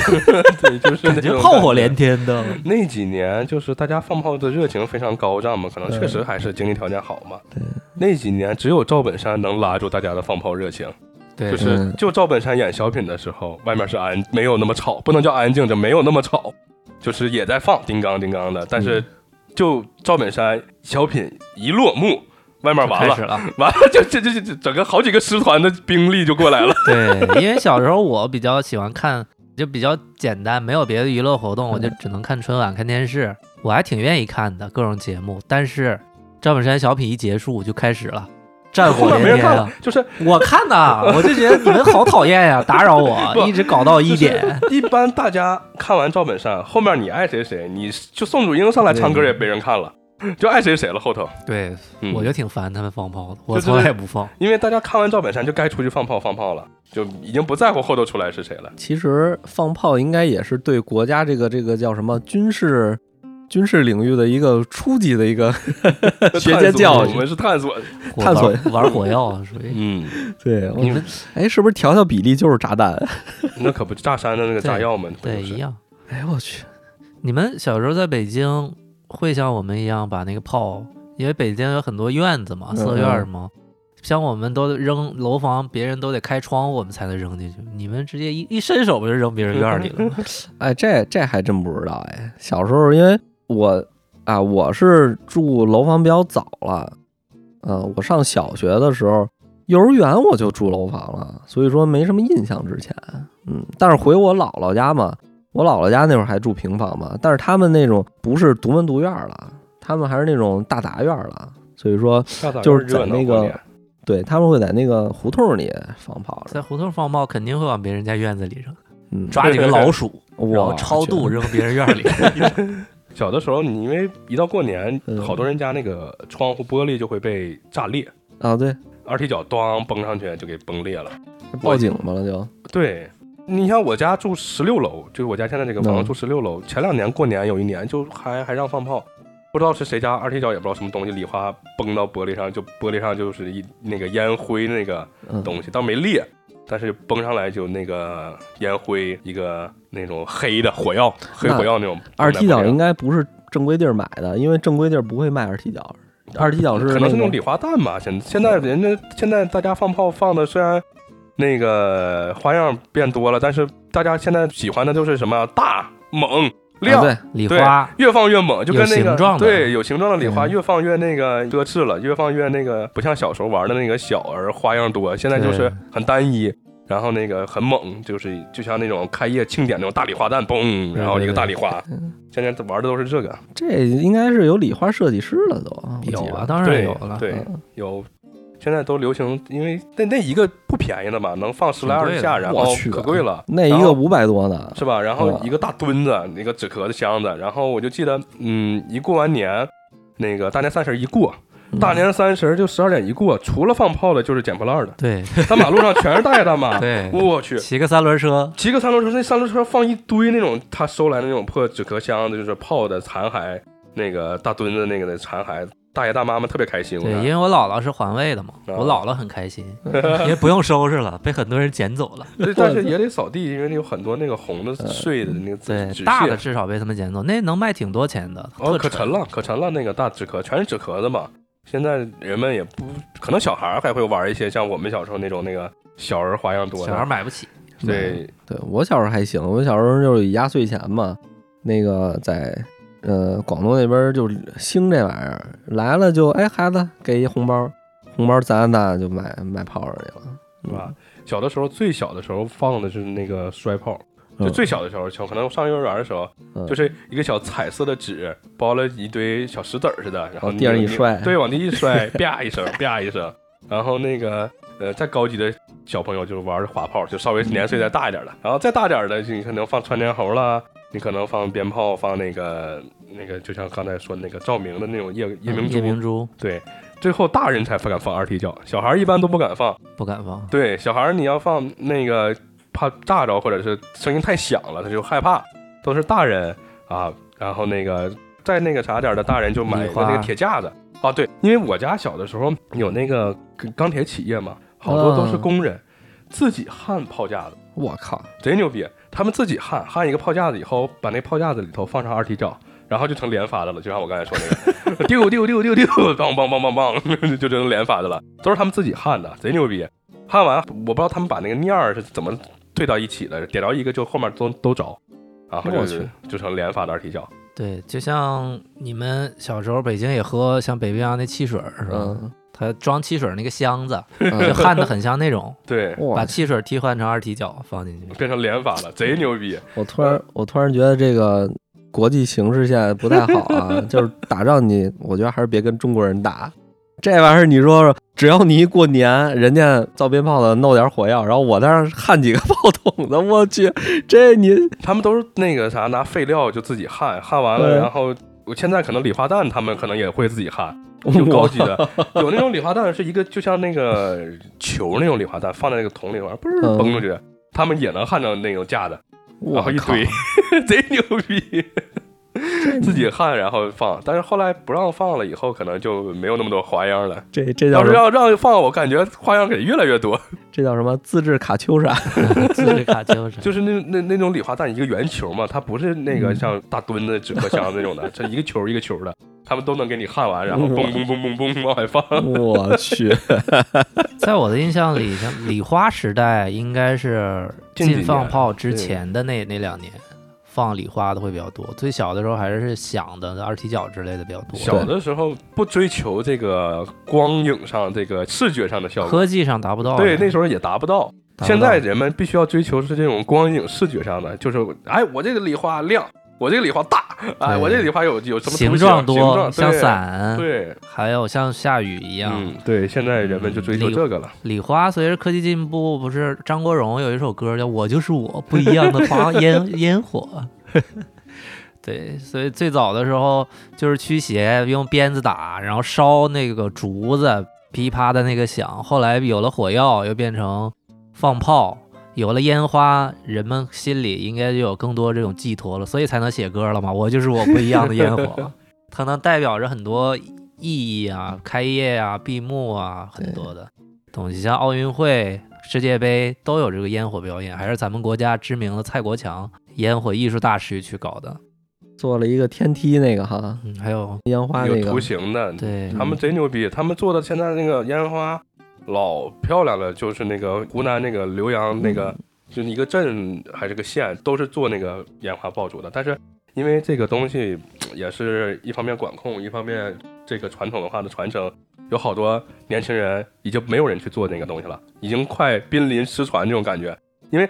对，就是那感觉种炮感火觉连天的。那几年就是大家放炮的热情非常高涨嘛，可能确实还是经济条件好嘛。那几年只有赵本山能拉住大家的放炮热情，对就是嗯就赵本山演小品的时候，外面是安，没有那么吵，不能叫安静，就没有那么吵，就是也在放叮当叮当的，但嗯是就赵本山小品一落幕，外面完开了始，了。完了 就这这这整个好几个师团的兵力就过来 了，对，因为小时候我比较喜欢看，就比较简单，没有别的娱乐活动，我就嗯只能看春晚、看电视。我还挺愿意看的各种节目，但是赵本山小品一结束就开始了，战后火面没人连天看啊了！，就是我看呐，我就觉得你们好讨厌呀、打扰我不，一直搞到一点。 一般大家看完赵本山，后面你爱谁谁，你就宋祖英上来唱歌也没人看了， 就爱谁谁了后头。对，嗯我就挺烦他们放炮的，对我对从来对也不放。因为大家看完赵本山就该出去放炮放炮了，就已经不在乎后头出来是谁 了。其实放炮应该也是对国家这个这个叫什么军事军事领域的一个初级的一个学探界索教我训。们是探索。火探索玩玩火药啊属于。嗯，对，我你们 哎，是不是调调比例就是炸弹？那可不炸山的那个炸药吗？对一是样。哎，我去， 你们小时候在北京会像我们一样把那个炮，因为北京有很多院子嘛，嗯四合院儿嘛，像我们都扔楼房，别人都得开窗户我们才能扔进去，你们直接一一伸手不就扔别人院儿里了吗？ 哎，这这还真不知道哎。小时候因为我啊，我是住楼房比较早了，呃，我上小学的时候，幼儿园我就住楼房了，所以说没什么印象。之前，嗯，但是回我姥姥家嘛，我姥姥家那会儿还住平房嘛，但是他们那种不是独门独院儿了，他们还是那种大杂院儿了，所以说炸弹就是在热闹那个过年对他们会在那个胡同里放炮在仗，胡同放炮肯定会往别人家院子里扔，嗯，抓几个老鼠，然后我超度去扔别人院儿里。 小的时候，你因为一到过年，嗯好多人家那个窗户玻璃就会被炸裂，啊，对，二踢脚咣崩上去就给崩裂了。报警吧了就，对，你像我家住十六楼，就是我家现在这个房嗯住十六楼。前两年过年有一年就还还让放炮，不知道是谁家二踢脚也不知道什么东西礼花崩到玻璃上，就玻璃上就是一那个烟灰那个嗯，东西，倒没裂，但是崩上来就那个烟灰一个那种黑的火药，黑火药那种。二踢脚应该该不是正规地儿买的，因为正规地儿不会卖二踢脚。二踢脚是可能是那那种嗯个礼花弹吧。现现在人家现在大家放炮放的虽然那个花样变多了，但是大家现在喜欢的就是什么大猛亮。啊礼花，越放越猛，就跟那有形个状的对有形状的礼花，嗯越放越那个得志了，越放越那个不像小时候玩的那个小而花样多，现在就是很单一。然后那个很猛，就是就像那种开业庆典那种大礼花弹，嘣，然后一个大礼花，嗯现在玩的都是这个，这应该是有礼花设计师了都，我记有着啊，当然对有了。对嗯，有。现在都流行，因为那那一个不便宜的嘛，能放十来挺二贵十的下，然我后去可贵了。嗯那一然个后五百多呢，是吧？然后嗯一个大墩子，一个纸壳子箱子。然后我就记得，嗯，一过完年，那个大年三十一过，嗯大年三十就十二点一过，除了放炮的，就是捡破烂 的，对在马路上全是带的嘛。对，我去，骑个三轮车，骑个三轮车，那三轮车放一堆那种他收来的那种破纸壳箱子，就是炮的残骸，那个大墩子那个的残骸。大爷大妈们特别开心，我对，看因为我姥姥是环卫的嘛，啊我姥姥很开心，因为不用收拾了，被很多人捡 走了。对但是也得扫地，因为有很多那个红的嗯碎的那个纸对纸，屑大的至少被他们捡走，那能卖挺多钱的，哦，特可沉。了，可沉了，那个大纸壳全是纸壳子嘛。现在人们也不可能，小孩儿还会玩一些像我们小时候那种那个小人花样多小孩的。买不起，对，对我小时候还行，我小时候就是压岁钱嘛，那个在呃广东那边就兴这玩意儿，来了就哎孩子给一红包，红包攒攒攒就买买炮上去了，是吧？小的时候，最小的时候放的是那个摔炮，就嗯最小的时候，小可能上幼儿园的时候，嗯就是一个小彩色的纸包了一堆小石子儿似的，然后往地上你哦一摔对，往地一 摔，啪一声，啪一声。然后那个呃，再高级的小朋友就是玩滑炮，就稍微年岁再大一点的，然后再大点的，就你可能放穿天猴啦，你可能放鞭炮，放那个那个，就像刚才说的那个照明的那种夜夜明嗯珠，夜明珠对。最后大人才敢放二踢脚，小孩儿一般都不敢放。不敢放。对，小孩儿你要放那个怕炸着，或者是声音太响了，他就害怕。都是大人啊，然后那个在那个啥点儿的大人就买一礼个花那个铁架子啊，对，因为我家小的时候有那个钢铁企业嘛，好多嗯都是工人、自己焊炮架子，我靠，贼牛逼。他们自己焊焊一个炮架子以后，把那炮架子里头放上二踢脚。然后就成连发的了，就像我刚才说那个， 丢丢丢丢丢，梆梆梆梆梆， 就成连发的了。都是他们自己焊的，贼牛逼。焊完，我不知道他们把那个面儿是怎么对到一起的，点着一个就后面都都着，然后我就去是就成连发的二踢脚。对，就像你们小时候北京也喝像北冰洋那汽水儿是吧？嗯，它装汽水儿那个箱子，就 嗯焊的很像那种，对，把哇，汽水儿替换成二踢脚放进去。 变成连法了，贼牛逼！我突然我突然觉得这个。国际形势现在不太好啊， 就是打仗你，我觉得还是别跟中国人打。这玩意儿，你说说，只要你一过年，人家造鞭炮的弄点火药，然后我在那儿焊几个炮筒子，我去，这你他们都是那个啥，拿废料就自己焊，焊完了，对然后我现在可能理化弹他们可能也会自己焊， 有高级的，有那种理化弹是一个就像那个球那种理化弹，放在那个桶里玩，嘣嗯崩出去，他们也能焊成那种架子，我啊然后一堆， 贼牛逼！自己焊然后放，但是后来不让放了，以后可能就没有那么多花样了。这这要叫什是么？让让放，我感觉花样给越来越多。这叫什么？自制卡秋 莎？自制卡就是就是那那那种理化弹，一个圆球嘛，它不是那嗯个像大墩子、纸壳箱那种的，这一个球一个球的，他们都能给你焊完，然后嘣嘣嘣嘣嘣往外放。我去，在我的印象里，像礼花时代应该是近几禁放年炮之对前的那那两年，放礼花的会比较多。最小的时候还是响的二踢脚之类的比较多，小的时候不追求这个光影上、这个视觉上的效果，科技上达不到。对，那时候也达不到。哦达不到现在人们必须要追求是这种光影视觉上的，就是哎，我这个礼花亮，我这个礼花大，哎，对我这个礼花有有什么形图状形多，状像对伞，对，还有像下雨一样。嗯嗯，对，现在人们就追求礼这个了。礼花随着科技进步，不是张国荣有一首歌叫《我就是我》，不一样的花烟烟火。对，所以最早的时候就是驱邪，用鞭子打，然后烧那个竹子，噼啪的那个响。后来有了火药，又变成放炮，有了烟花，人们心里应该就有更多这种寄托了，所以才能写歌了嘛。我就是我不一样的烟火，它能代表着很多意义啊，开业啊，闭幕啊，很多的东西，像奥运会、世界杯都有这个烟火表演，还是咱们国家知名的蔡国强烟火艺术大师去搞的。做了一个天梯那个哈，嗯，还有烟花有那图个，形的，对嗯他们贼牛逼，他们做的现在那个烟花老漂亮了，就是那个湖南那个浏阳那个，就是一个镇还是个县，都是做那个烟花爆竹的。但是因为这个东西也是一方面管控，一方面这个传统文化的传承，有好多年轻人已经没有人去做那个东西了，已经快濒临失传这种感觉。因为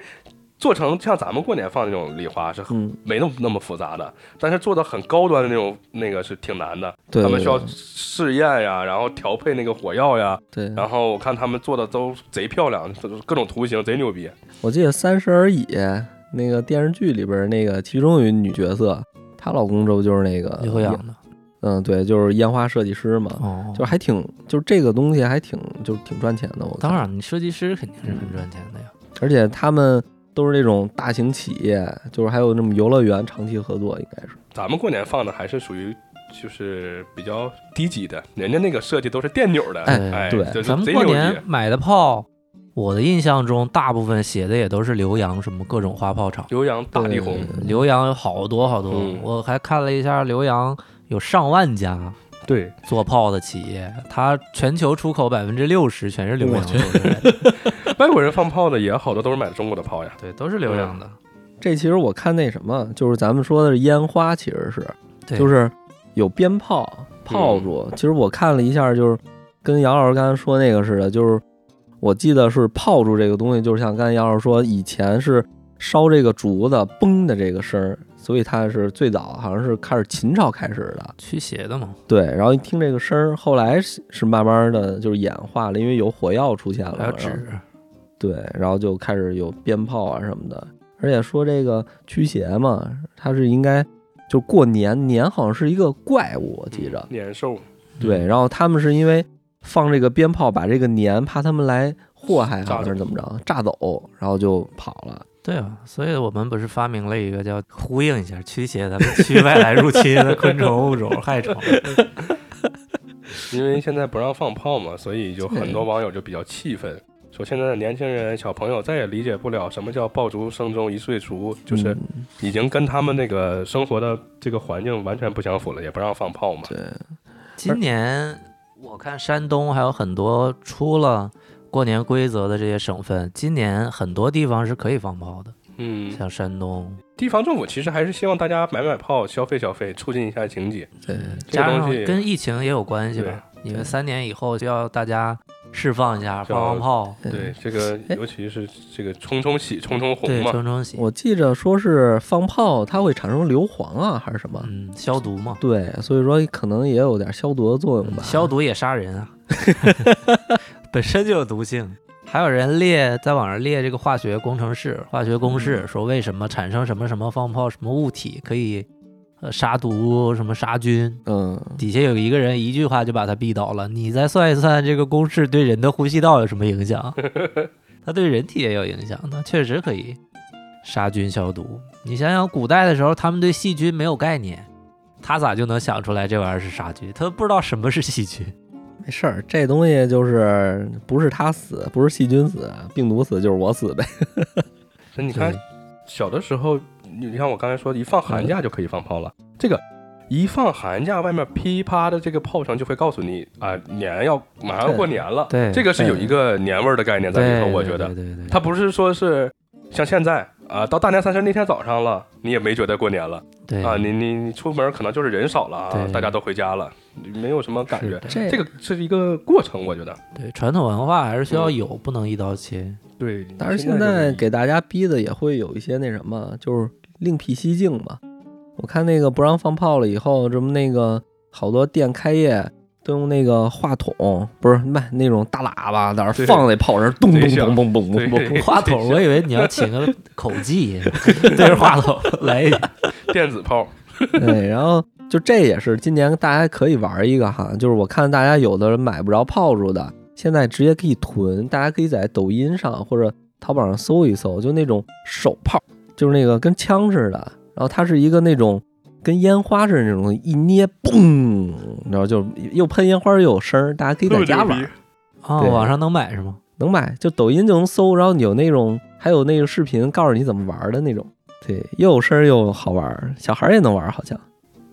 做成像咱们过年放那种礼花是很嗯，没那么那么复杂的，但是做的很高端的那种那个是挺难的。对，他们对需要对试验呀，然后调配那个火药呀，对，然后我看他们做的都贼漂亮，都各种图形贼牛逼。我记得《三十而已》那个电视剧里边那个，其中有一女角色，她老公周就是那个李慧养，的嗯，对，就是烟花设计师呃嘛，嗯哦，就还挺，就是这个东西还挺，就是挺赚钱的。我看当，然，你设计师肯定是很赚钱的呀。而且他们都是那种大型企业，就是还有那么游乐园长期合作，应该是。咱们过年放的还是属于就是比较低级的，人家那个设计都是电钮的，哎哎，对就是咱们贼过牛逼年买的炮，我的印象中大部分写的也都是浏阳什么各种花炮厂。浏阳大地对红，浏阳有好多好多，嗯我还看了一下，浏阳有上万家对，做炮的企业，它全球出口百分之六十全是浏阳做出来 的，外国人放炮的也好多都是买中国的炮呀。对，都是浏阳的。这其实我看那什么，就是咱们说的是烟花，其实是对，就是有鞭炮、炮竹。其实我看了一下，就是跟杨老师刚才说那个似的，就是我记得是炮竹这个东西，就是像刚才杨老师说，以前是烧这个竹子嘣的这个声儿，所以它是最早好像是开始秦朝开始的，驱邪的嘛，对。然后一听这个声儿，后来是是慢慢的就是演化了，因为有火药出现了，嗯还有然后纸，对，然后就开始有鞭炮啊什么的。而且说这个驱邪嘛，它是应该就过年年好像是一个怪物，我记着。年兽，对，然后他们是因为放这个鞭炮，把这个年怕他们来祸害啊炸还是走怎么着，炸走，然后就跑了。对啊，所以我们不是发明了一个叫呼应一下驱邪，咱们驱外来入侵的昆虫物种害 虫。因为现在不让放炮嘛，所以就很多对网友就比较气愤，说现在的年轻人小朋友再也理解不了什么叫爆竹声中一岁除，就是嗯已经跟他们那个生活的这个环境完全不相符了，也不让放炮嘛。对，今年我看山东还有很多出了过年规则的这些省份，今年很多地方是可以放炮的，嗯，像山东，地方政府其实还是希望大家买买炮，消费消费，促进一下经济。对，嗯这个加上东西跟疫情也有关系吧？因为三年以后就要大家释放一下，就放放炮，对对这个，哎尤其是这个冲冲喜、冲冲红对，嘛，冲冲喜，我记着说是放炮，它会产生硫磺啊，还是什么？嗯，消毒嘛，对，所以说可能也有点消毒的作用吧。消毒也 杀人啊，本身就有毒性。还有人列在网上列这个化学工程式、化学公嗯式，说为什么产生什么什么放炮什么物体可以，呃，杀毒什么杀菌。嗯，底下有一个人一句话就把他逼倒了。你再算一算这个公式对人的呼吸道有什么影 响？它对人体也有影响的，确实可以杀菌消毒。你想想，古代的时候他们对细菌没有概念，他咋就能想出来这玩意儿是杀菌？他不知道什么是细菌。没事儿，这东西就是不是他死，不是细菌死，病毒死就是我死呗。所以你看，小的时候，你你像我刚才说，一放寒假就可以放炮嗯了。这个一放寒假，外面噼啪的这个炮声就会告诉你啊、年要马上要过年了。对这个是有一个年味儿的概念在里头，我觉得对对对，它不是说是像现在啊、到大年三十那天早上了，你也没觉得过年了对啊，你你你出门可能就是人少了啊，对大家都回家了，没有什么感觉。这这个 是一个过程，我觉得。对传统文化还是需要有，不能一刀切。对，但是现现在在就是给大家逼的也会有一些那什么，就是另辟蹊径嘛。我看那个不让放炮了以后，这不那个好多店开业都用那个话筒，不是卖那种大喇叭，在那儿对放那炮声，咚咚对咚咚咚咚对咚。话 筒，我以为你要请个口技，对着话筒来 一句。电子炮， 对，然后就这也是今年大家可以玩一个哈，就是我看大家有的人买不着炮竹的，现在直接可以囤，大家可以在抖音上或者淘宝上搜一搜，就那种手炮，就是那个跟枪似的，然后它是一个那种跟烟花似的那种，一捏嘣，然后就又喷烟花又有声儿，大家可以在家玩，啊，对网上能买是吗？能买就抖音就能搜，然后有那种还有那个视频告诉你怎么玩的那种，对，又有声儿又好玩儿，小孩儿也能玩儿好像。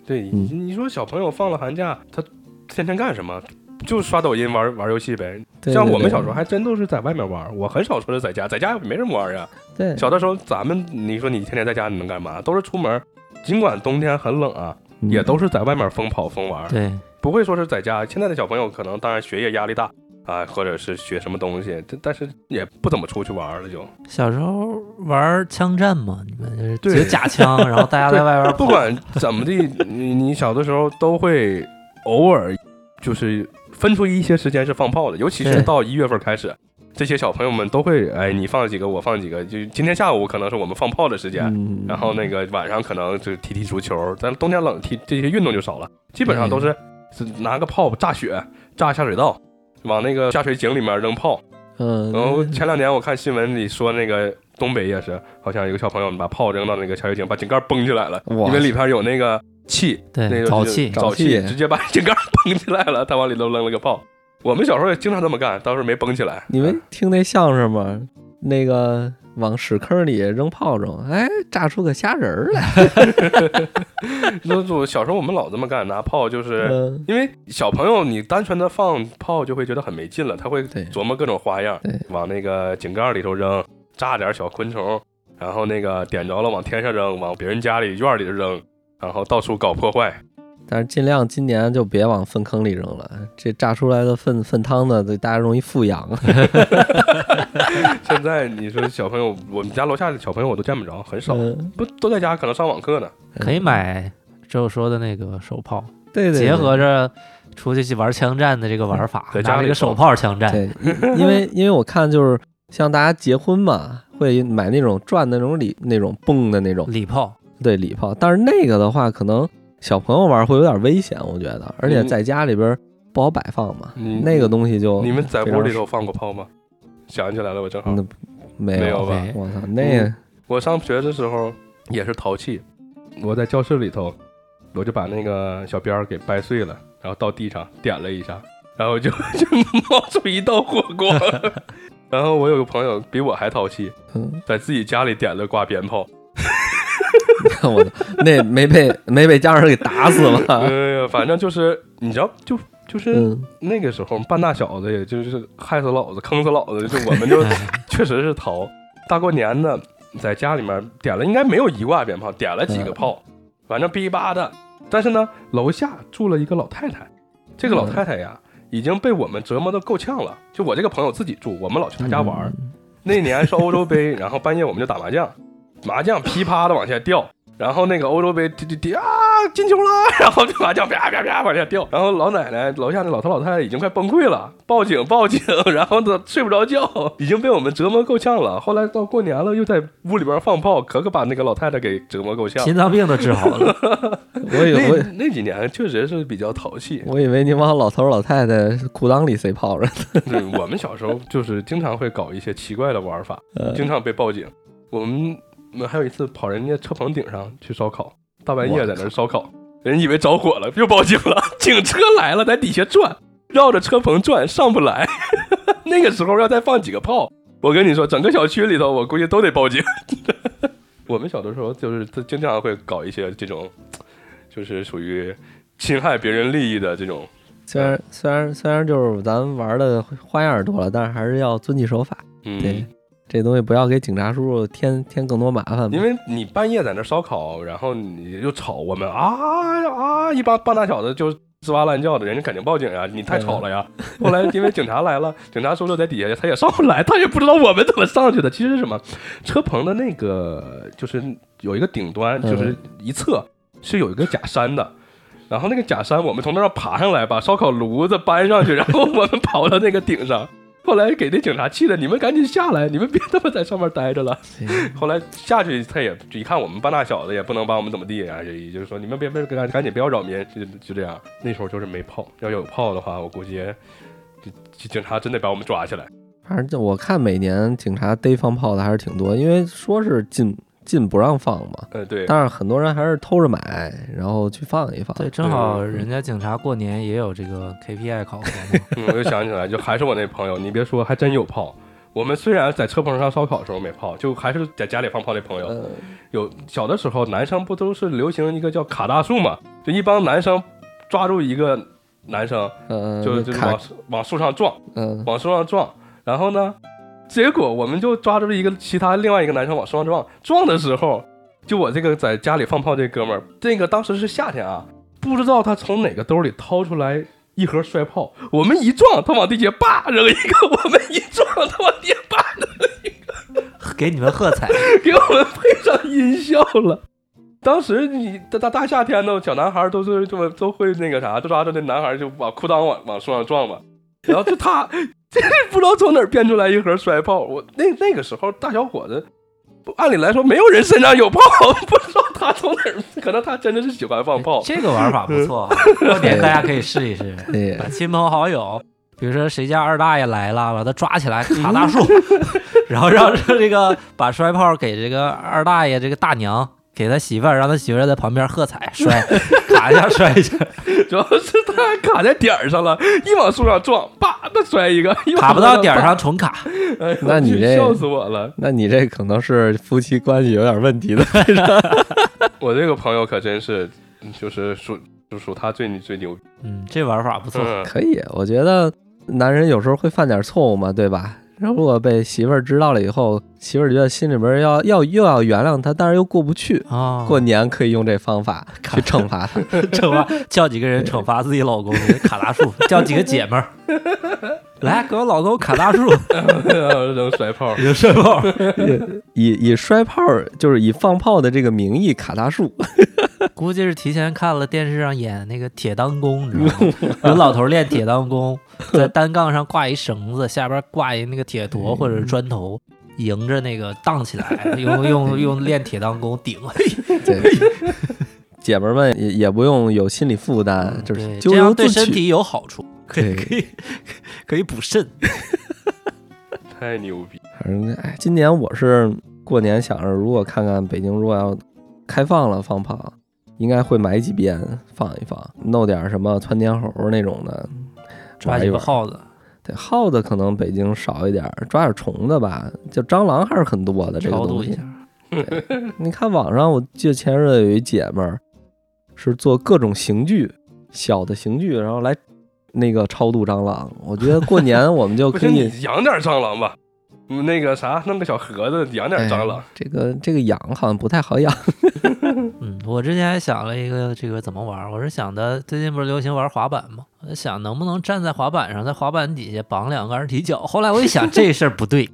对，嗯你你说小朋友放了寒假，他天天干什么？就刷抖音玩玩游戏呗。对像对我们对小时候还真都是在外面玩，我很少说是在家，在家也没人玩呀。对小的时候咱们，你说你天天在家你能干嘛？都是出门，尽管冬天很冷啊，嗯也都是在外面疯跑疯玩，对，不会说是在家。现在的小朋友可能当然学业压力大啊，或者是学什么东西，但但是也不怎么出去玩了就，小时候玩枪战嘛，你们就是对举 假枪，然后大家在外边不管怎么地， 你你小的时候都会偶尔就是分出一些时间是放炮的，尤其是对到一月份开始。这些小朋友们都会，哎，你放几个，我放几个。就今天下午可能是我们放炮的时间，嗯，然后那个晚上可能就踢踢足球，但冬天冷踢这些运动就少了，基本上都是是嗯拿个炮炸雪、炸下水道，往那个下水井里面扔炮。呃嗯，然后前两年我看新闻里说，那个东北也是，好像有个小朋友把炮扔到那个下水井，把井盖崩起来了，哇因为里边有那个气，那对个早气，沼沼气直接把井盖崩起来了，他往里头扔了个炮。我们小时候也经常这么干，当时没崩起来。你们听那相声吗？那个往屎坑里扔炮仗，哎，炸出个虾仁儿来。那我小时候我们老这么干，拿炮就是嗯，因为小朋友你单纯的放炮就会觉得很没劲了，他会对琢磨各种花样对，往那个井盖里头扔，炸点小昆虫，然后那个点着了往天上扔，往别人家里院里头扔，然后到处搞破 坏。但是尽量今年就别往粪坑里扔了，这炸出来的粪粪汤呢，对大家容易富养。啊现在你说小朋友，我们家楼下的小朋友我都见不着，很 少，嗯，呃不都在家可能上网课呢。可以买周说的那个手炮，对对，对结合着出去去玩枪战的这个玩法，在家里拿这个手炮枪战，对，因为因为我看就是像大家结婚嘛，会买那种转的那种礼那种蹦的那种礼炮，对礼炮，但是那个的话，可能小朋友玩会有点危险，我觉得，而且在家里边不好摆放嘛，嗯那个东西就你们在屋里头放过炮吗？想起来了，我正好，那没没有吧没我操，那嗯我上学的时候也是淘气，我在教室里头，我就把那个小鞭儿给掰碎了，然后到地上点了一下，然后就 就冒出一道火光。 然后我有个朋友比我还淘气，嗯， 在自己家里点了挂鞭炮，我操，那没被没被家人给打死哎吗？呀，反正就是你知道，就就是啊嗯，那个时候半大小子，也就是害死老子坑死老子，就我们就 确实是淘。大过年的，在家里面点了，应该没有一挂鞭炮，点了几个炮，反正哔吧的。但是呢，楼下住了一个老太太，这个老太太呀，已经被我们折磨的够呛了。就我这个朋友自己住，我们老去她嗯家玩儿。那年是欧洲杯， 然后半夜我们就打麻将，麻将噼啪的往下掉，然后那个欧洲杯滴滴滴啊进球了， 然后就麻将啪啪啪往下掉，然后老奶奶楼下那老头老太太已经快崩溃了，报警报警， 然后她睡不着觉，已经被我们折磨够呛了。后来到过年了，又在屋里边放炮，可可把那个老太太给折磨够呛。心脏病都治好了， 嗯我以那为那几年确实是比较淘气，我以为你往老头老太太裤裆里 塞炮着，对，我们小时候就是经常会搞一些奇怪的玩法，嗯经常被报警。我们我们还有一次跑人家车棚顶上去烧烤，大半夜在那儿烧烤，人以为着火了，又报警了， 警车来了，在底下转，绕着车棚转，上不来。 那个时候要再放几个炮，我跟你说，整个小区里头，我估计都得报警。 我们小的时候就是经常会搞一些这种，就是属于侵害别人利益的这种。虽然虽然虽然就是咱们玩的花样儿多了，但是还是要遵纪守法。嗯，对，这东西不要给警察叔叔添添更多麻烦吧。因为你半夜在那烧烤，然后你就吵我们啊啊！一帮半大小子就吱哇乱叫的，人家肯定报警呀，你太吵了呀。后来因为警察来了， 警察叔叔在底下，他也上不来，他也不知道我们怎么上去的。其实是什么，车棚的那个就是有一个顶端，嗯就是一侧是有一个假山的。然后那个假山，我们从那儿爬上来，把烧烤炉子搬上去，然后我们跑到那个顶上。后来给那警察气的，你们赶紧下来，你们别他妈在上面待着了。哎后来下去，他也一看我们半大小子，也不能把我们怎么地啊，也也就是说你们别别赶赶紧不要扰民，就就这样。那时候就是没炮，要有炮的话，我估计就就警察真得把我们抓起来。反正就我看每年警察逮放炮的还是挺多，因为说是禁禁不让放嘛，嗯，对，但是很多人还是偷着买，然后去放一放。对，正好人家警察过年也有这个 KPI 考核嘛，嗯我就想起来，就还是我那朋友，你别说，还真有炮。我们虽然在车棚上烧烤的时候没炮，就还是在家里放炮那朋友，呃，有小的时候男生不都是流行一个叫卡大树嘛？就一帮男生抓住一个男生，呃，就就是卡往，往树上撞。嗯、往树上撞，然后呢，结果我们就抓住一个其他另外一个男生往树上撞，撞的时候，就我这个在家里放炮这哥们儿，这个当时是夏天啊，不知道他从哪个兜里掏出来一盒摔炮，我们一撞，他往地下叭扔一个，我们一撞，他往地下叭 给你们喝 彩。给我们配上音效了。当时你大大大夏天的小男孩都是这么都会那个啥，就抓着那男孩就往裤裆往往树上撞嘛，然后就他 真是不知道从哪儿变出来一盒摔炮，我那那个时候大小伙子，不按理来说没有人身上有炮，不知道他从哪儿，可能他真的是喜欢放炮，这个玩法不错 啊，过年大家可以试一试，哎，把亲朋好友，比如说谁家二大爷来了，把他抓起来卡大树， 然后让这个把摔炮给这个二大爷这个大娘。给他媳妇儿，让他媳妇儿在旁边喝彩摔， 卡一下摔一下，主要是他卡在点儿上了，一往树上撞，叭，他摔一个，一往卡不到点儿树上重卡。叭，哎呦那你这笑死我了。那你这可能是夫妻关系有点问题的。 我这个朋友可真是，嗯就是属就属他最最牛逼。嗯，这玩法不错。 嗯，可以，我觉得男人有时候会犯点错误嘛，对吧？如果被媳妇儿知道了以后，媳妇儿觉得心里边要要又要原谅他，但是又过不去。啊，过年可以用这 方法去惩罚他。惩罚叫几个人惩罚自己老公卡大树，叫几个姐们儿 来给我老公卡大树，扔甩炮，有什么？以以摔炮儿，就是以放炮的这个名义卡 大树，估计是提前看了电视上演那个铁裆功，你知道 吗？有老头练铁裆功，在单杠上挂一绳子，下边挂一那个铁嗯坨或者是砖头，迎着那个荡起 来，用用用练铁裆功顶。哎对， 姐们儿们也也不用有心理负担，就嗯对是这咎样由对自身取。体有好处，可以对可以可以补肾。太牛逼！反正哎，今年我是过年想着，如果看看北京如果要开放了放炮，应该会买几鞭放一放，弄点什么窜天猴那种的，抓玩几一个玩。耗子，对，耗子可能北京少一点儿，抓点虫子吧，就蟑螂还是很多的这个超东度一西下。。你看网上，我记得前日子有一姐们儿是做各种刑具，小的刑具，然后来那个超度蟑螂。我觉得过年我们就不可行，以你养点蟑螂吧，嗯那个啥，弄个小盒子养点蟑 螂哎。这个这个养好像不太好养，嗯，我之前还想了一个这个怎么玩儿，我是想的最近不是流行玩滑板吗？我在想能不能站在滑板上，在滑板底下绑两个二踢脚。后来我一想，这事儿不对。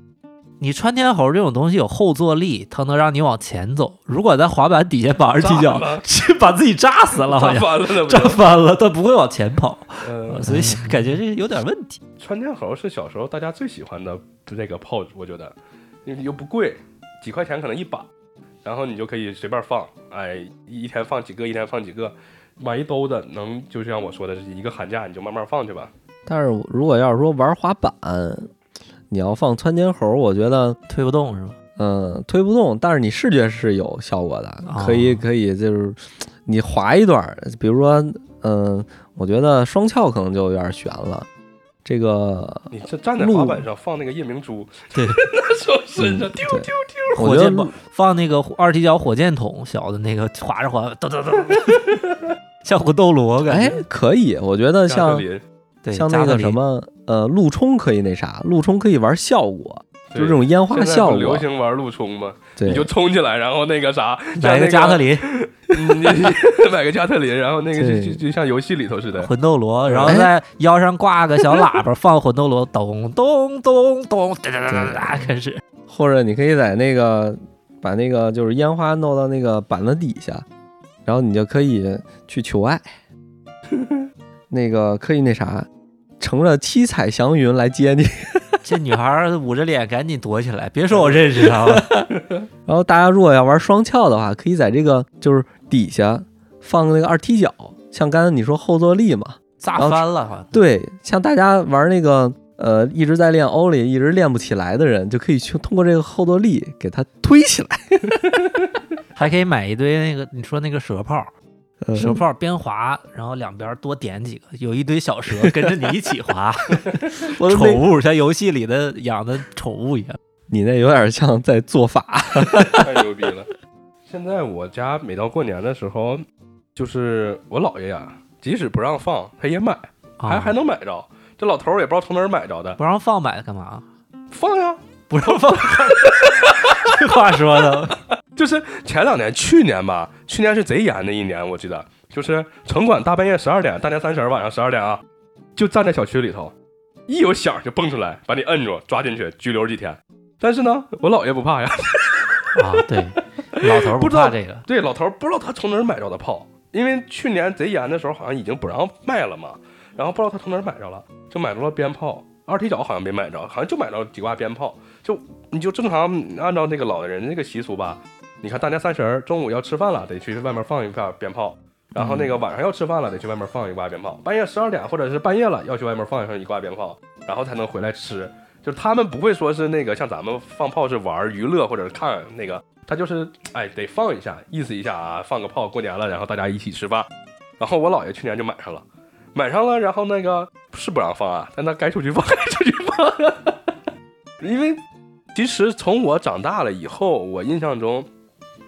你穿天猴这种东西有后坐力，它能让你往前走。如果在滑板底下绑二踢炸脚了，是把自己炸死了，好炸像翻了那不 炸就？翻了，它不会往前跑，嗯，所以感觉这有点问题。窜天猴是小时候大家最喜欢的那个炮，我觉得又又不贵，几块钱可能一把，然后你就可以随便放，哎，一一天放几个，一天放几个，买一兜的，能就像我说的，一个寒假你就慢慢放去吧。但是如果要是说玩滑板，你要放窜天猴，我觉得推不动是吧？嗯推不动，但是你视觉是有效果的，哦可以可以就是你滑一段儿，比如说嗯，我觉得双翘可能就有点悬了。这个 你这站在路滑板上放那个夜明珠，对，那时候身上嗯丢对丢丢。我火觉得箭炮放那个二踢脚火箭筒，小的那个滑着滑，噔噔噔， 像魂斗罗感哎觉。，可以，我觉得加特像林对，像加那特个林什么呃，路冲可以那啥，路冲可以玩效果，就对这种烟花现在效不流果，行玩路冲吗？对你就冲起来，然后那个啥，像买个那加特，林、嗯 你买个加特林，然后那个就对就就像游戏里头似 的。魂斗罗，然后在腰上挂个小喇叭，放魂斗罗，咚咚咚咚，哒哒哒哒哒，开始。或者你可以在那个把那个就是烟花弄到那个板子底下，然后你就可以去求 爱，那个可以那啥，乘着七彩祥云来接你， 这女孩捂着脸，赶紧躲起来，别说我认识她了。然后大家如果要玩双翘的话，可以在这个就是底下放那个二踢脚，像刚才你说后坐力嘛，炸翻了，好像对，像大家玩那个呃一直在练欧里一直练不起来的人，就可以去通过这个后坐力给他推起来。还可以买一堆那个，你说那个蛇炮，嗯蛇炮边滑，然后两边多点几个，有一堆小蛇跟着你一起滑，嗯我的那宠物像游戏里的养的宠物一样。你那有点像在做法。太牛逼了！现在我家每到过年的时候，就是我姥爷呀，即使不让放，他也买，啊还还能买着。这老头儿也不知道从哪儿买着的，不让放买干嘛？放呀，不让放，这话说的。就是前两年，去年吧，去年是贼严的一年，我记得，就是城管大半夜十二点，大年三十儿晚上十二点啊，就站在小区里头，一有响儿就蹦出来，把你摁住，抓进去拘留几天。但是呢，我姥爷不怕呀， 啊，对，老头儿不知道怕这个，对，老头儿不知道他从哪儿买着的炮，因为去年贼严的时候好像已经不让卖了嘛，然后不知道他从哪儿买着了，就买着了鞭炮，二踢脚好像没买着，好像就买着几挂鞭炮。就你就正常按照那个老人那个习俗吧，你看大年三十儿中午要吃饭了，得去外面放一挂鞭炮。然后那个晚上要吃饭了，得去外面放一挂鞭炮。半夜十二点或者是半夜了，要去外面放上一挂鞭炮，然后才能回来吃。就是他们不会说是那个像咱们放炮是玩儿娱乐或者是看那个，他就是哎得放一下，意思一下啊，放个炮，过年了，然后大家一起吃饭。然后我姥爷去年就买上了，买上了，然后那个是不让放啊，但他该出去放该出去放、因为其实从我长大了以后，我印象中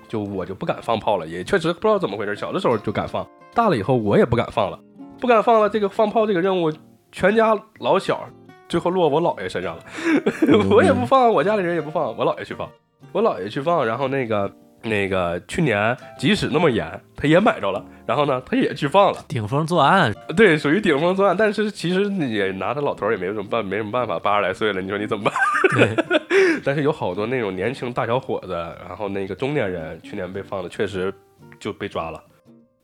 就我就不敢放炮了，也确实不知道怎么回事，小的时候就敢放，大了以后我也不敢放了，不敢放了，这个放炮这个任务，全家老小最后落我姥爷身上了，我也不放，我家里人也不放，我姥爷去放，我姥爷去放，然后那个。那个去年即使那么严，他也买着了，然后呢，他也去放了。顶风作案，对，属于顶风作案，但是其实你也拿他老头儿也没什么办，没什么办法，八十来岁了，你说你怎么办？ 对，但是有好多那种年轻大小伙子，然后那个中年人，去年被放的确实就被抓了。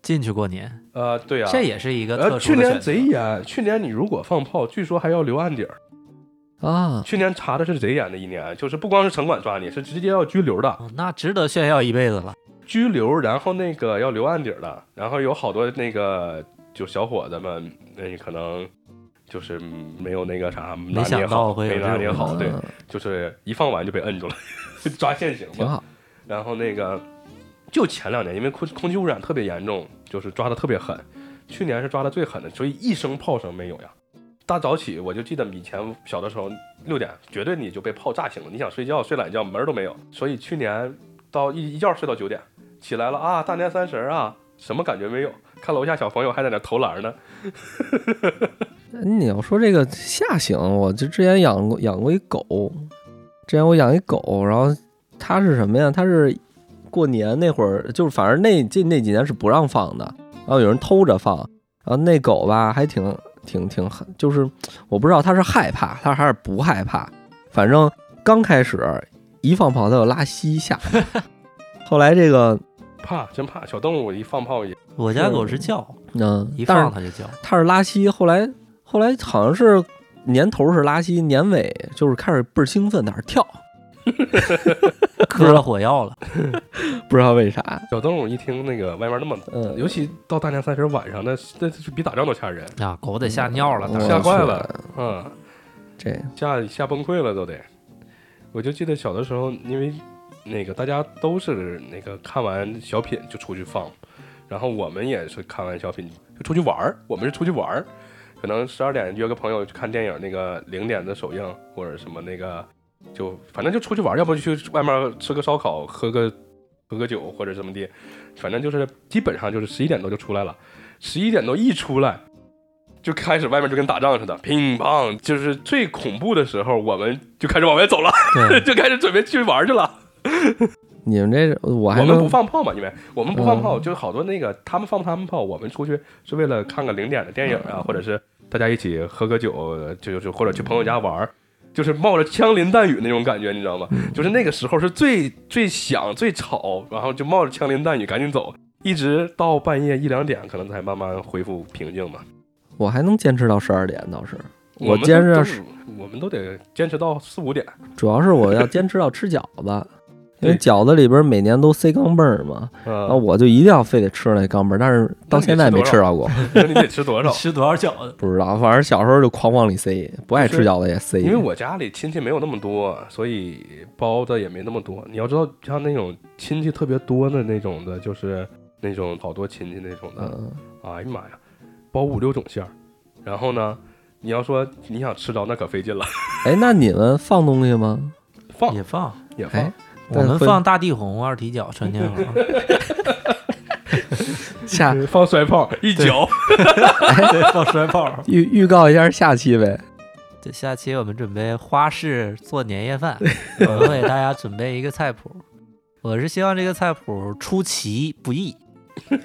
进去过年，呃，对啊，这也是一个特呃，去殊的年选择。贼严，去年你如果放炮，据说还要留案底儿。啊，去年查的是贼严的一年，就是不光是城管抓你，是直接要拘留的，哦那值得炫耀一辈子了。拘留，然后那个要留案底儿的，然后有好多那个就小伙子们，那可能就是没有那个啥，没想拿捏好到会有没拿捏这种好，对嗯，就是一放完就被摁住了， 抓现行挺嘛。好。然后那个就前两年，因为空空气污染特别严重，就是抓的特别狠。去年是抓的最狠的，所以一声炮声没有呀。大早起我就记得以前小的时候六点，绝对你就被炮炸醒了。你想睡觉睡懒觉门儿都没有，所以去年到一一觉睡到九点，起来了啊，大年三十儿啊，什么感觉没有？看楼下小朋友还在那投篮呢，你要说这个下行，我就之前养过养过一狗，之前我养一狗，然后它是什么呀？它是过年那会儿，就是反正那近那几年是不让放的，然后有人偷着放，然后那狗吧还挺挺挺，就是我不知道它是害怕，它还是不害怕，反正刚开始一放炮它就拉稀吓得，后来这个怕真怕小动物一放炮也我家狗是叫，嗯、一但是放它就叫，它是拉稀，后来后来好像是年头是拉稀，年尾就是开始倍儿兴奋，哪儿跳， 嗑了火药了。不知道为啥。小动物一听那个外面那么，嗯，尤其到大年三十晚上，那那那比打仗都吓人。啊，狗得吓尿了，我当吓然坏去了。嗯，这吓吓崩溃了都得。我就记得小的时候，因为那个大家都是那个看完小品就出去放，然后我们也是看完小品就出去玩儿，我们是出去玩儿，可能十二点约个朋友去看电影，那个零点的首映或者什么那个，就反正就出去玩儿，要不就去外面吃个烧烤，喝个喝个酒或者怎么地，反正就是基本上就是十一点多就出来了，十一点多一出来。就开始外面就跟打仗似的，乒乓，就是最恐怖的时候，我们就开始往外走了， 对，？就开始准备去玩去了。你们这我我还们不能放炮嘛，因为我们不放炮，嗯就是好多那个他们放他们炮，我们出去是为了看个零点的电影嗯啊，或者是大家一起喝个酒，就就就或者去朋友家玩儿，就是冒着枪林弹雨那种感觉，你知道吗？嗯就是那个时候是最最响、最吵，然后就冒着枪林弹雨赶紧走，一直到半夜一两点，可能才慢慢恢复平静嘛。我还能坚持到十二点，倒是我们都坚持都是啊我们都得坚持到四五点。主要是我要坚持到吃饺子，因对为饺子里边每年都塞钢镚儿嘛，然后啊，我就一定要非得吃那钢镚儿，但是到现在没吃到过，那你得吃多 少吃多少饺子？不知道，反正小时候就狂往里塞，不爱吃饺子也塞。因为我家里亲戚没有那么多，所以包的也没那么多。你要知道，像那种亲戚特别多的那种的，就是那种好多亲戚那种的，嗯，哎呀妈呀，包五六种馅儿。然后呢，你要说你想吃着，那可费劲了，哎，那你们放东西吗？放也放，也放哎。，我们但会放大地红、二踢脚、穿天猴。下嗯放摔炮一脚， 对，放摔炮。预预告一下下期呗。对，下期我们准备花式做年夜饭，我们为大家准备一个菜谱。我是希望这个菜谱出其不意，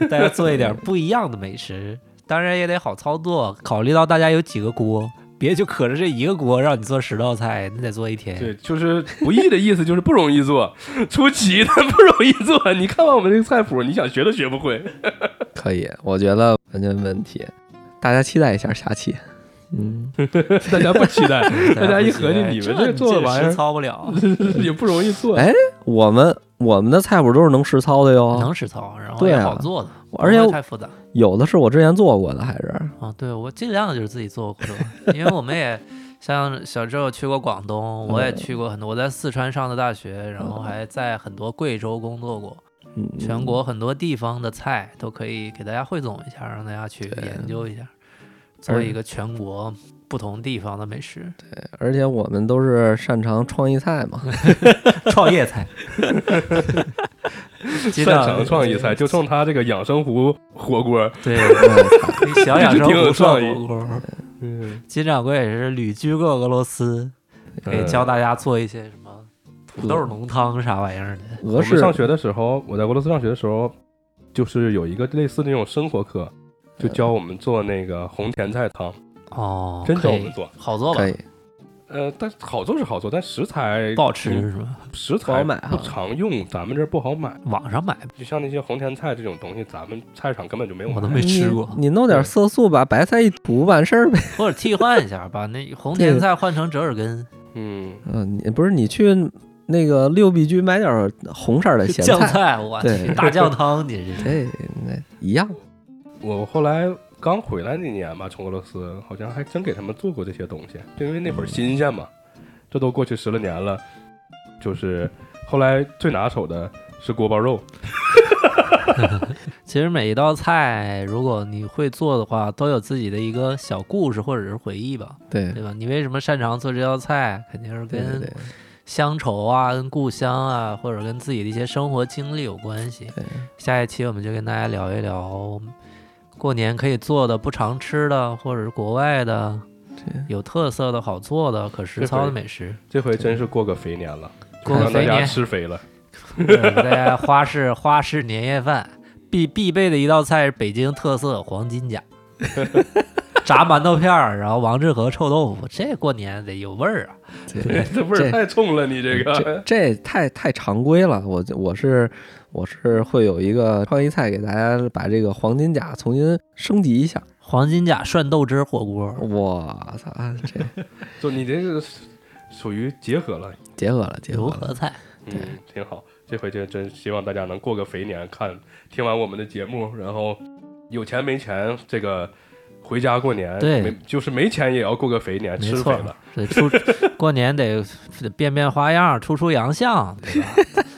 大家做一点不一样的美食，当然也得好操作，考虑到大家有几个锅，别就可着这一个锅让你做十道菜，你得做一天。对，就是不易的意思，就是不容易做， 出奇的不容易做。你看完我们这个菜谱，你想学都学不会。可以，我觉得完全没问题。大家期待一下下期。嗯，大家不期待，大家一合计，你们这做的玩意实操 不了，儿也不容易做。哎 我们我们的菜谱都是能实操的哟，能实操，然后对也啊好做的，而且不会太复杂有的是我之前做过的，还是啊。对我尽量就是自己做过的，因为我们也像小周去过广东，我也去过很多，我在四川上的大学，然后还在很多贵州工作过，嗯全国很多地方的菜都可以给大家汇总一下，让大家去对研究一下，做一个全国不同地方的美食而且我们都是擅长创意菜嘛， 嗯创业 菜，擅长创意菜，就冲他这个养生壶火锅，对，嗯 小养生挺有不创涮意火锅。嗯，金掌柜也是旅居过俄罗斯，可以哎教大家做一些什么土豆浓汤啥玩意儿的。我俄们式上学的时候，我在俄罗斯上学的时候，就是有一个类似那种生活课，就嗯教我们做那个红甜菜汤，哦，真教可我以们做。好做吧可？以呃，但好做是好做，但食材不好吃嗯是吧？食不好材买不哈。常用，咱们这儿不好买。网上买就像那些红甜菜这种东西，咱们菜市场根本就没有我都卖没吃过，你你弄点色素，把白菜一涂完事儿呗。或者替换一下，把那红甜菜换成折耳根、嗯，嗯，你不是你去那个六必居买点儿红色儿的咸酱菜，菜，我对去 大酱汤，你这是对，那一样。我后来刚回来那年吧，从俄罗斯好像还真给他们做过这些东西，就因为那会儿新鲜嘛。这都过去十来年了，就是后来最拿手的是锅包肉，其实每一道菜，如果你会做的话，都有自己的一个小故事或者是回忆吧，对对吧？你为什么擅长做这道菜，肯定是对对跟对乡愁啊、跟故乡啊，或者跟自己的一些生活经历有关系。对，下一期我们就跟大家聊一聊过年可以做的不常吃的，或者是国外的对有特色的好做的、可实操的美食， 这回真是过个肥年了，过个让大肥家年，吃肥了。嗯大家花式 花式年夜饭必必备的一道菜是北京特色黄金 甲。炸馒头片儿，然后王致和臭豆腐，这过年得有味儿啊！这 这味儿这太冲了，你这个这这太太常规了。我我是我是会有一个创意菜给大家把这个黄金甲重新升级一下。黄金甲涮豆汁火锅，哇操，这 就你这个属于结合了，结合了结合柔了和。菜。嗯，挺好。这回就真希望大家能过个肥年，看听完我们的节目，然后有钱没钱，这个回家过年，对没就是没钱也要过个肥年，没吃肥错 了。得出过年得得变变花样，出出洋相，对吧？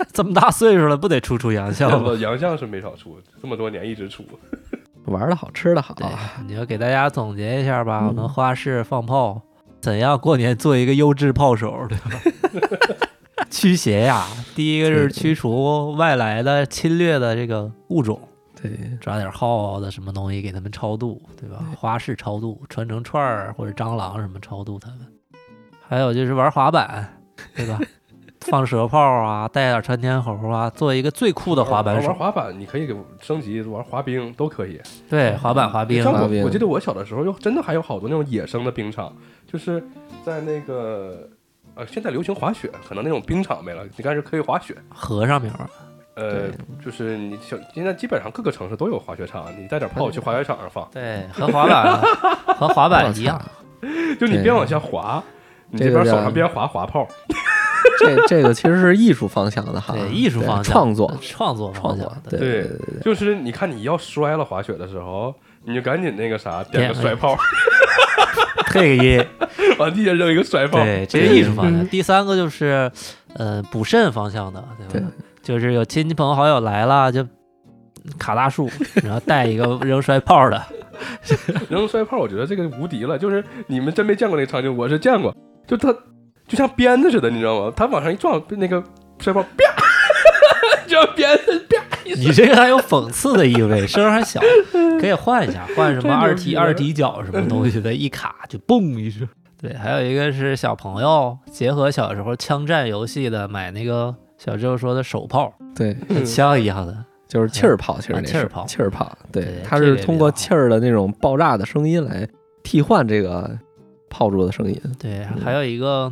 这么大岁数了，不得出出洋相 吗？我洋相是没少出，这么多年一直出。玩的好，吃的好，对，你就给大家总结一下吧。嗯我们花式放炮，怎样过年做一个优质炮手，对吧？ 驱邪呀，第一个是驱除外来的侵略的这个物种，对，抓点耗子什么东西给他们超度，对吧？花式超度，穿成串儿或者蟑螂什么超度他们。还有就是玩滑板，对 吧？放蛇炮啊，带点穿天猴啊，做一个最酷的滑板玩手。滑板你可以给升级，玩滑冰都可以。对，滑板、滑冰啊像滑我冰我记得我小的时候，又真的还有好多那种野生的冰场，就是在那个呃，现在流行滑雪，可能那种冰场没了，你看是可以滑雪。河上面玩。呃，就是你小现在基本上各个城市都有滑雪场，你带点炮去嗯滑雪场上放，对，和滑板啊和滑板一样我。操。就你边往下滑，你这边手上边滑滑炮，这这个其实是艺术方向的哈，对，艺术方向创作创作方创向作，对对对就是你看你要摔了滑雪的时候，你就赶紧那个啥，点个点摔炮，配个音。往地下扔一个摔炮，对，这是艺嗯术方向。第三个就是，呃，补肾方向的，对吧？就是有亲戚朋好友来了，就卡大树， 然后带一个扔摔炮的，扔摔炮，我觉得这个无敌了。就是你们真没见过那个场景，我是见过，就他就像鞭子似的，你知道吗？他往上一撞，那个摔炮啪， 就像鞭子啪一你这个还有讽刺的意味，声儿 还小，可以换一下，换什么二这牛踢逼二踢脚什么东西 的，一卡就嘣一声。对，还有一个是小朋友结合小时候枪战游戏的，买那个小周说的手炮，对，很像一样的，就是气儿炮，其实啊那气儿是炮气儿炮，对对，它这个是也通比过较好气儿的那种爆炸的声音来替换这个炮竹的声音。对，还有一个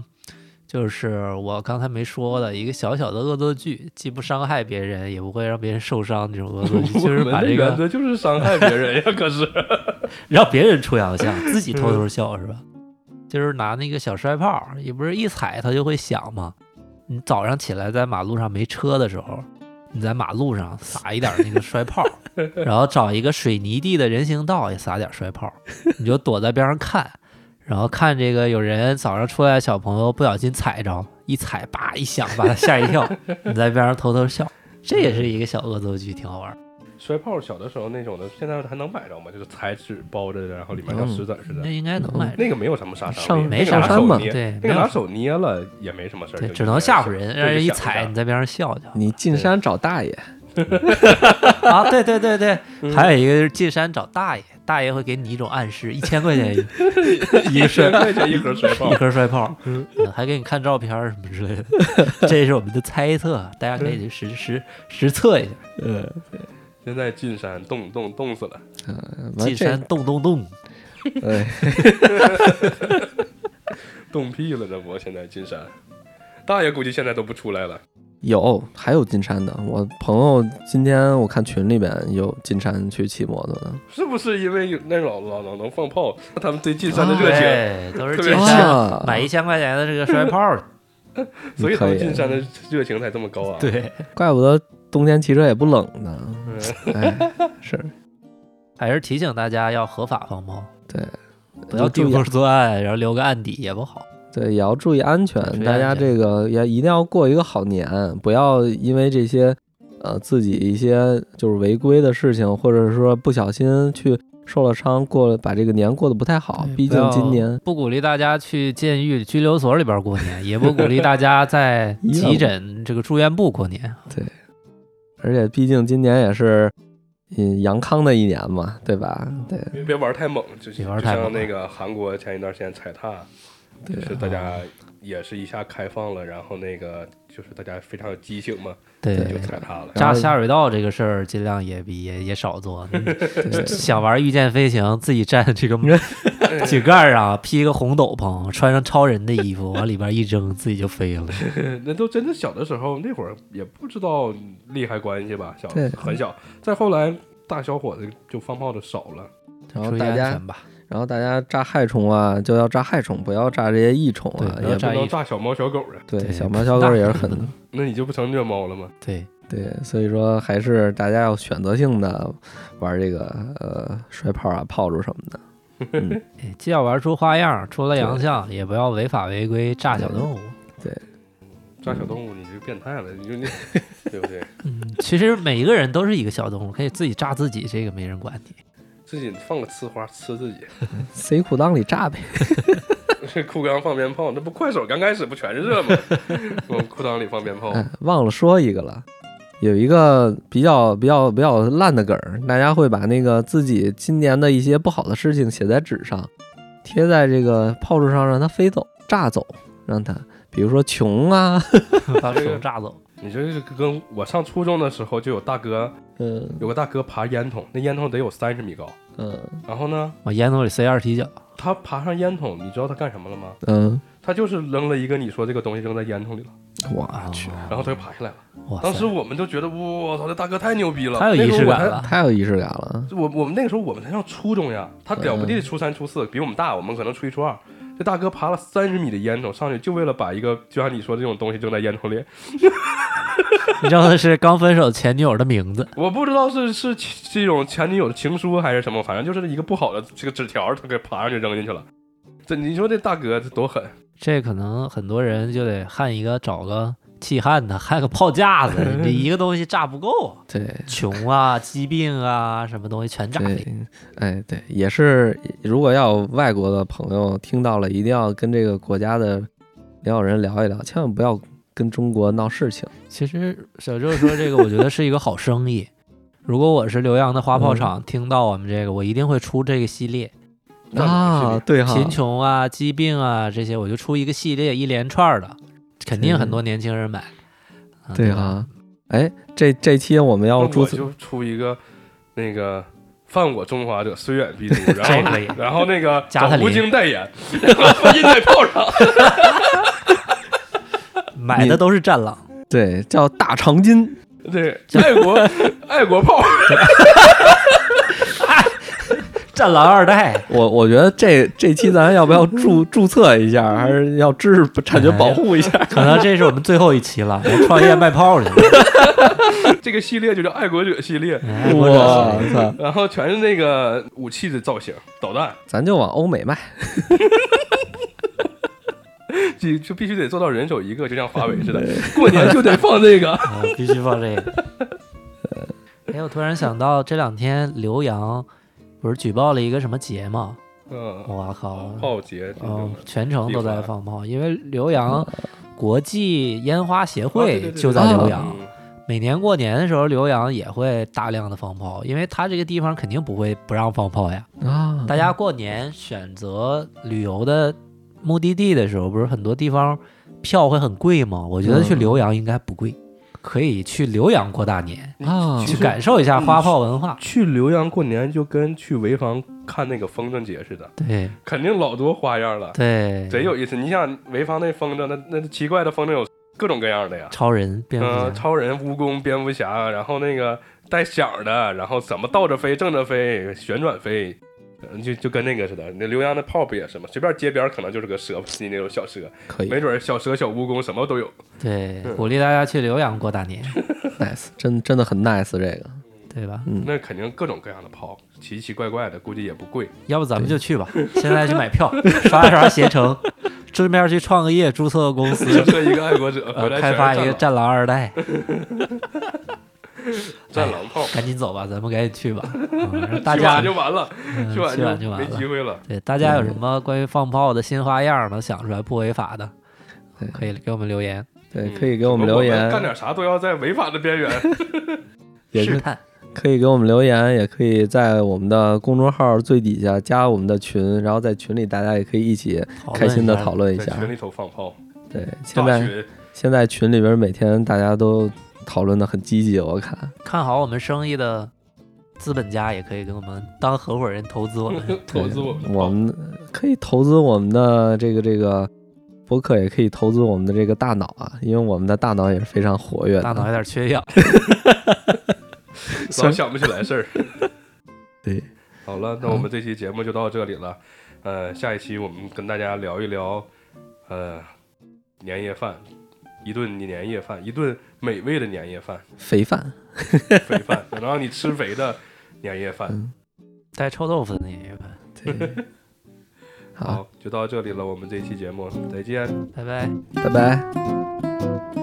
就是我刚才没说的一个小小的恶作剧，既不伤害别人，也不会让别人受伤，这种恶 作剧就是把这原个则就是伤害别人呀，可是让别人出洋相，自己嗯偷偷笑是吧？就是拿那个小摔炮，也不是一踩它就会响嘛。你早上起来在马路上没车的时候，你在马路上撒一点那个摔炮，然后找一个水泥地的人行道也撒点摔炮，你就躲在边上看，然后看这个有人早上出来的小朋友不小心踩着，一踩叭一响把他吓一跳，你在边上偷偷笑，这也是一个小恶作剧，挺好玩儿。摔炮小的时候那种的，现在还能买着吗？就是彩纸包着的，然后里面像石子儿似的那，应该能买着，嗯那个没有什么杀伤力，上没那个啥拿上手山嘛捏对，没那个有拿手捏了也没什么事儿，对，就只能吓唬人，对让人一就吓唬 踩，你在边上 笑去你进山找大爷，啊！对对对对，嗯还有一个就是进山找大爷，大爷会给你一种暗示，一千 块钱一一千块钱一 盒水泡一，颗摔炮，嗯还给你看照片儿什么之类的， 这是我们的猜测，大家可嗯以去实实实测一下，呃，现在进山冻冻冻死了。进山动动 动，哎，冻屁了，这不现在进山，大爷估计现在都不出来了。有还有进山的，我朋友今天我看群里边有进山去骑摩托的，是不是因为有那老老老能放炮，他们对进山的热情，对，都是特别嗯进山啊，买一千块钱的这个摔炮儿，所以他可们以进山的热情才这么高啊？，啊对，怪不得冬天骑车也不冷呢。嗯哎，是还是提醒大家要合法放炮，对，不要注定意风作案，然后留个案底也不好。对，也要注意安全注意安。全大家这个也一定要过一个好年，不要因为这些呃自己一些就是违规的事情，或者说不小心去受了伤，过把这个年过得不太好对。毕不竟要今年不鼓励大家去监狱、拘留所里边过 年，也不鼓励大家在医院急诊这个住院部过年。而且毕竟今年也是嗯阳康的一年嘛，对吧？嗯 对别别玩太猛，就是别玩太猛啊就像那个韩国前一段时间踩踏，就是大家也是一下开放了，然后那个就是大家非常有激情嘛，就对，踩踏了。扎下水道这个事儿尽量也比也也少做。 对想玩御剑飞行，自己站这个 井盖儿啊，披个红斗篷，穿上超人的衣 服，往里边一扔，自己就飞了。那都真的小的时候，那会儿也不知道利害关系吧，小对很小。再后来，大小伙子就放炮的少了，然后注意大安家全吧，然后大家炸害虫啊，就要炸害虫，不要炸这些益虫啊，对不要也也炸不一能炸小猫小狗了，对对小猫小狗那也是可不 很能那你就不成虐猫了吗？对，对，所以说还是大家要选择性的玩这个呃摔炮啊、炮竹什么的。嗯，哎既要玩出花样，出了洋相，也不要违法违规炸小 动物。抓小动物你就变态了，你就你 对不对？嗯，其实每一个人都是一个小动物，可以自己炸自己，这个没人管你。自己放个呲花吃自己，塞裤裆里炸呗。裤裆放鞭炮，那不快手刚开始不全是这 吗？往裤裆里放鞭炮，嗯哎，忘了说一个了，有一个比较比较比较烂的梗儿，大家会把那个自己今年的一些不好的事情写在纸上，贴在这个炮竹上，让它飞走、炸走，让它，比如说穷 啊， 把手炸走。你这是跟我上初中的时候就有大哥，嗯有个大哥爬烟囱，那烟囱得有三十米高，嗯然后呢，往烟囱里塞二踢脚，他爬上烟囱，你知道他干什么了吗？嗯，他就是扔了一个你说这个东西扔在烟囱里了，我去，然后他就爬下来了。哦哇当时塞，我们都觉得，我操，这大哥太牛逼了，太有那仪时候式我感才了。太有仪式感了。我我们那个时候我们才上初中呀，他嗯了不地的初三初四，比我们大，我们可能初一初二。这大哥爬了三十米的烟囱上去，就为了把一个就像你说的这种东西扔在烟囱里。你知道的是刚分手前女友的名字，我不知道是是这种前女友的情书还是什么，反正就是一个不好的这个纸条，他给爬上去扔进去了。这你说这大哥这多狠，这可能很多人就得焊一个找个气焊的，焊个炮架子，你这一个东西炸不够啊，对，穷啊、疾病啊，什么东西全炸对飞。，哎，对，也是，如果要有外国的朋友听到了，一定要跟这个国家的领导人聊一聊，千万不要跟中国闹事情。其实小周说这个，我觉得是一个好生意。如果我是浏阳的花嗯炮厂，听到我们这个，我一定会出这个系列，那你啊，是对哈，贫穷啊、疾病啊这些，我就出一个系列，一连串儿的，肯定是很多年轻人买。啊嗯对吧？啊，哎，这这期我们要那注我册就出一个那个犯我中华者，虽远 必诛。这然后可以，然后那个 加找他吴林京代言，然后放印在炮上。买的都是战狼，对叫大长今， 对，爱国爱国炮， 战狼二代。我我觉得这这期咱要不要 注注册一下，还是要知识产权保护一哎下？ 可能这是我们最后一期了，我创业卖炮去了。这个系列就叫爱国者系列。嗯哎我我这操，然后全是那个武器的造型，导弹咱就往欧美卖。就就必须得做到人手一个，就像华为似嗯的，过年就得放这 个。啊必须放这个。 哎，我突然想到，这两天浏阳不是举报了一个什么节吗？嗯，我靠，浩劫，哦，全程都在放炮，因为浏阳国际烟花协嗯哦对对会对就在对浏对阳，嗯每年过年的时候，浏阳也会大量的放炮，因为它这个地方肯定不会不让放炮呀。啊，大家过年选择旅游的目的地的时候，不是很多地方票会很贵吗？我觉得去嗯浏阳应该不贵，可以去浏阳过大年，啊其去实感受一下花炮文化。去浏阳过年就跟去潍坊看那个风筝节似的，对肯定老多花样了，对，嗯贼有意思。你想潍坊那风筝，那那奇怪的风筝有各种各样的呀，超人嗯、蝙蝠侠，超人、蜈蚣、蝙蝠侠，然后那个带响的，然后怎么倒着飞、正着飞、旋转飞。嗯就就跟那个似的，那浏阳的炮不也是吗？随便街边儿可能就是个蛇，你那种小蛇，可哎以没准儿小蛇、小蜈蚣什么都有。对，嗯鼓励大家去浏阳过大年， ，nice，真真的很 nice 这个。对吧？那肯定各种各样的炮，奇奇怪怪的，估计也不贵。要不咱们 就去吧，现在去买票， 刷刷携程， 顺便去创个业，注册个公司， 就这一个爱国者回呃来开发一个战战狼二代。战狼炮，赶紧走吧，咱们赶紧去吧。 嗯、哎大去家晚就完了，嗯去去晚晚就就完没机了。会了。对，大家有什么关于放炮的新花样能想出来不违法的对，可以给我们留言对，嗯可以给我们留言，干点啥都要在违法的边 缘。也试是探。可以给我们留言，也可以在我们的公众号最底下加我们的群，然后在群里大家也可以一起讨论开心的讨论一在下。群里头放炮，对，现大在 群现在群里边每天大家都讨论的很积极，我看。看好我们生意的资本家也可以给我们当合伙人投资我们。 投资我们，我们可以投资我们的这个这个博客，也可以投资我们的这个大脑啊，因为我们的大脑也是非常活跃的。大脑有点缺氧，老想不起来事儿。 对，嗯好了，那我们这期节目就到这里了。呃，下一期我们跟大家聊一聊，呃，年夜饭，一顿年夜饭，一顿美味的年夜饭， 肥饭，肥饭，能让你吃肥的年夜饭。嗯，带臭豆腐的那一 份。对。好，好，就到这里了，我们这期节目再见。拜拜。拜拜。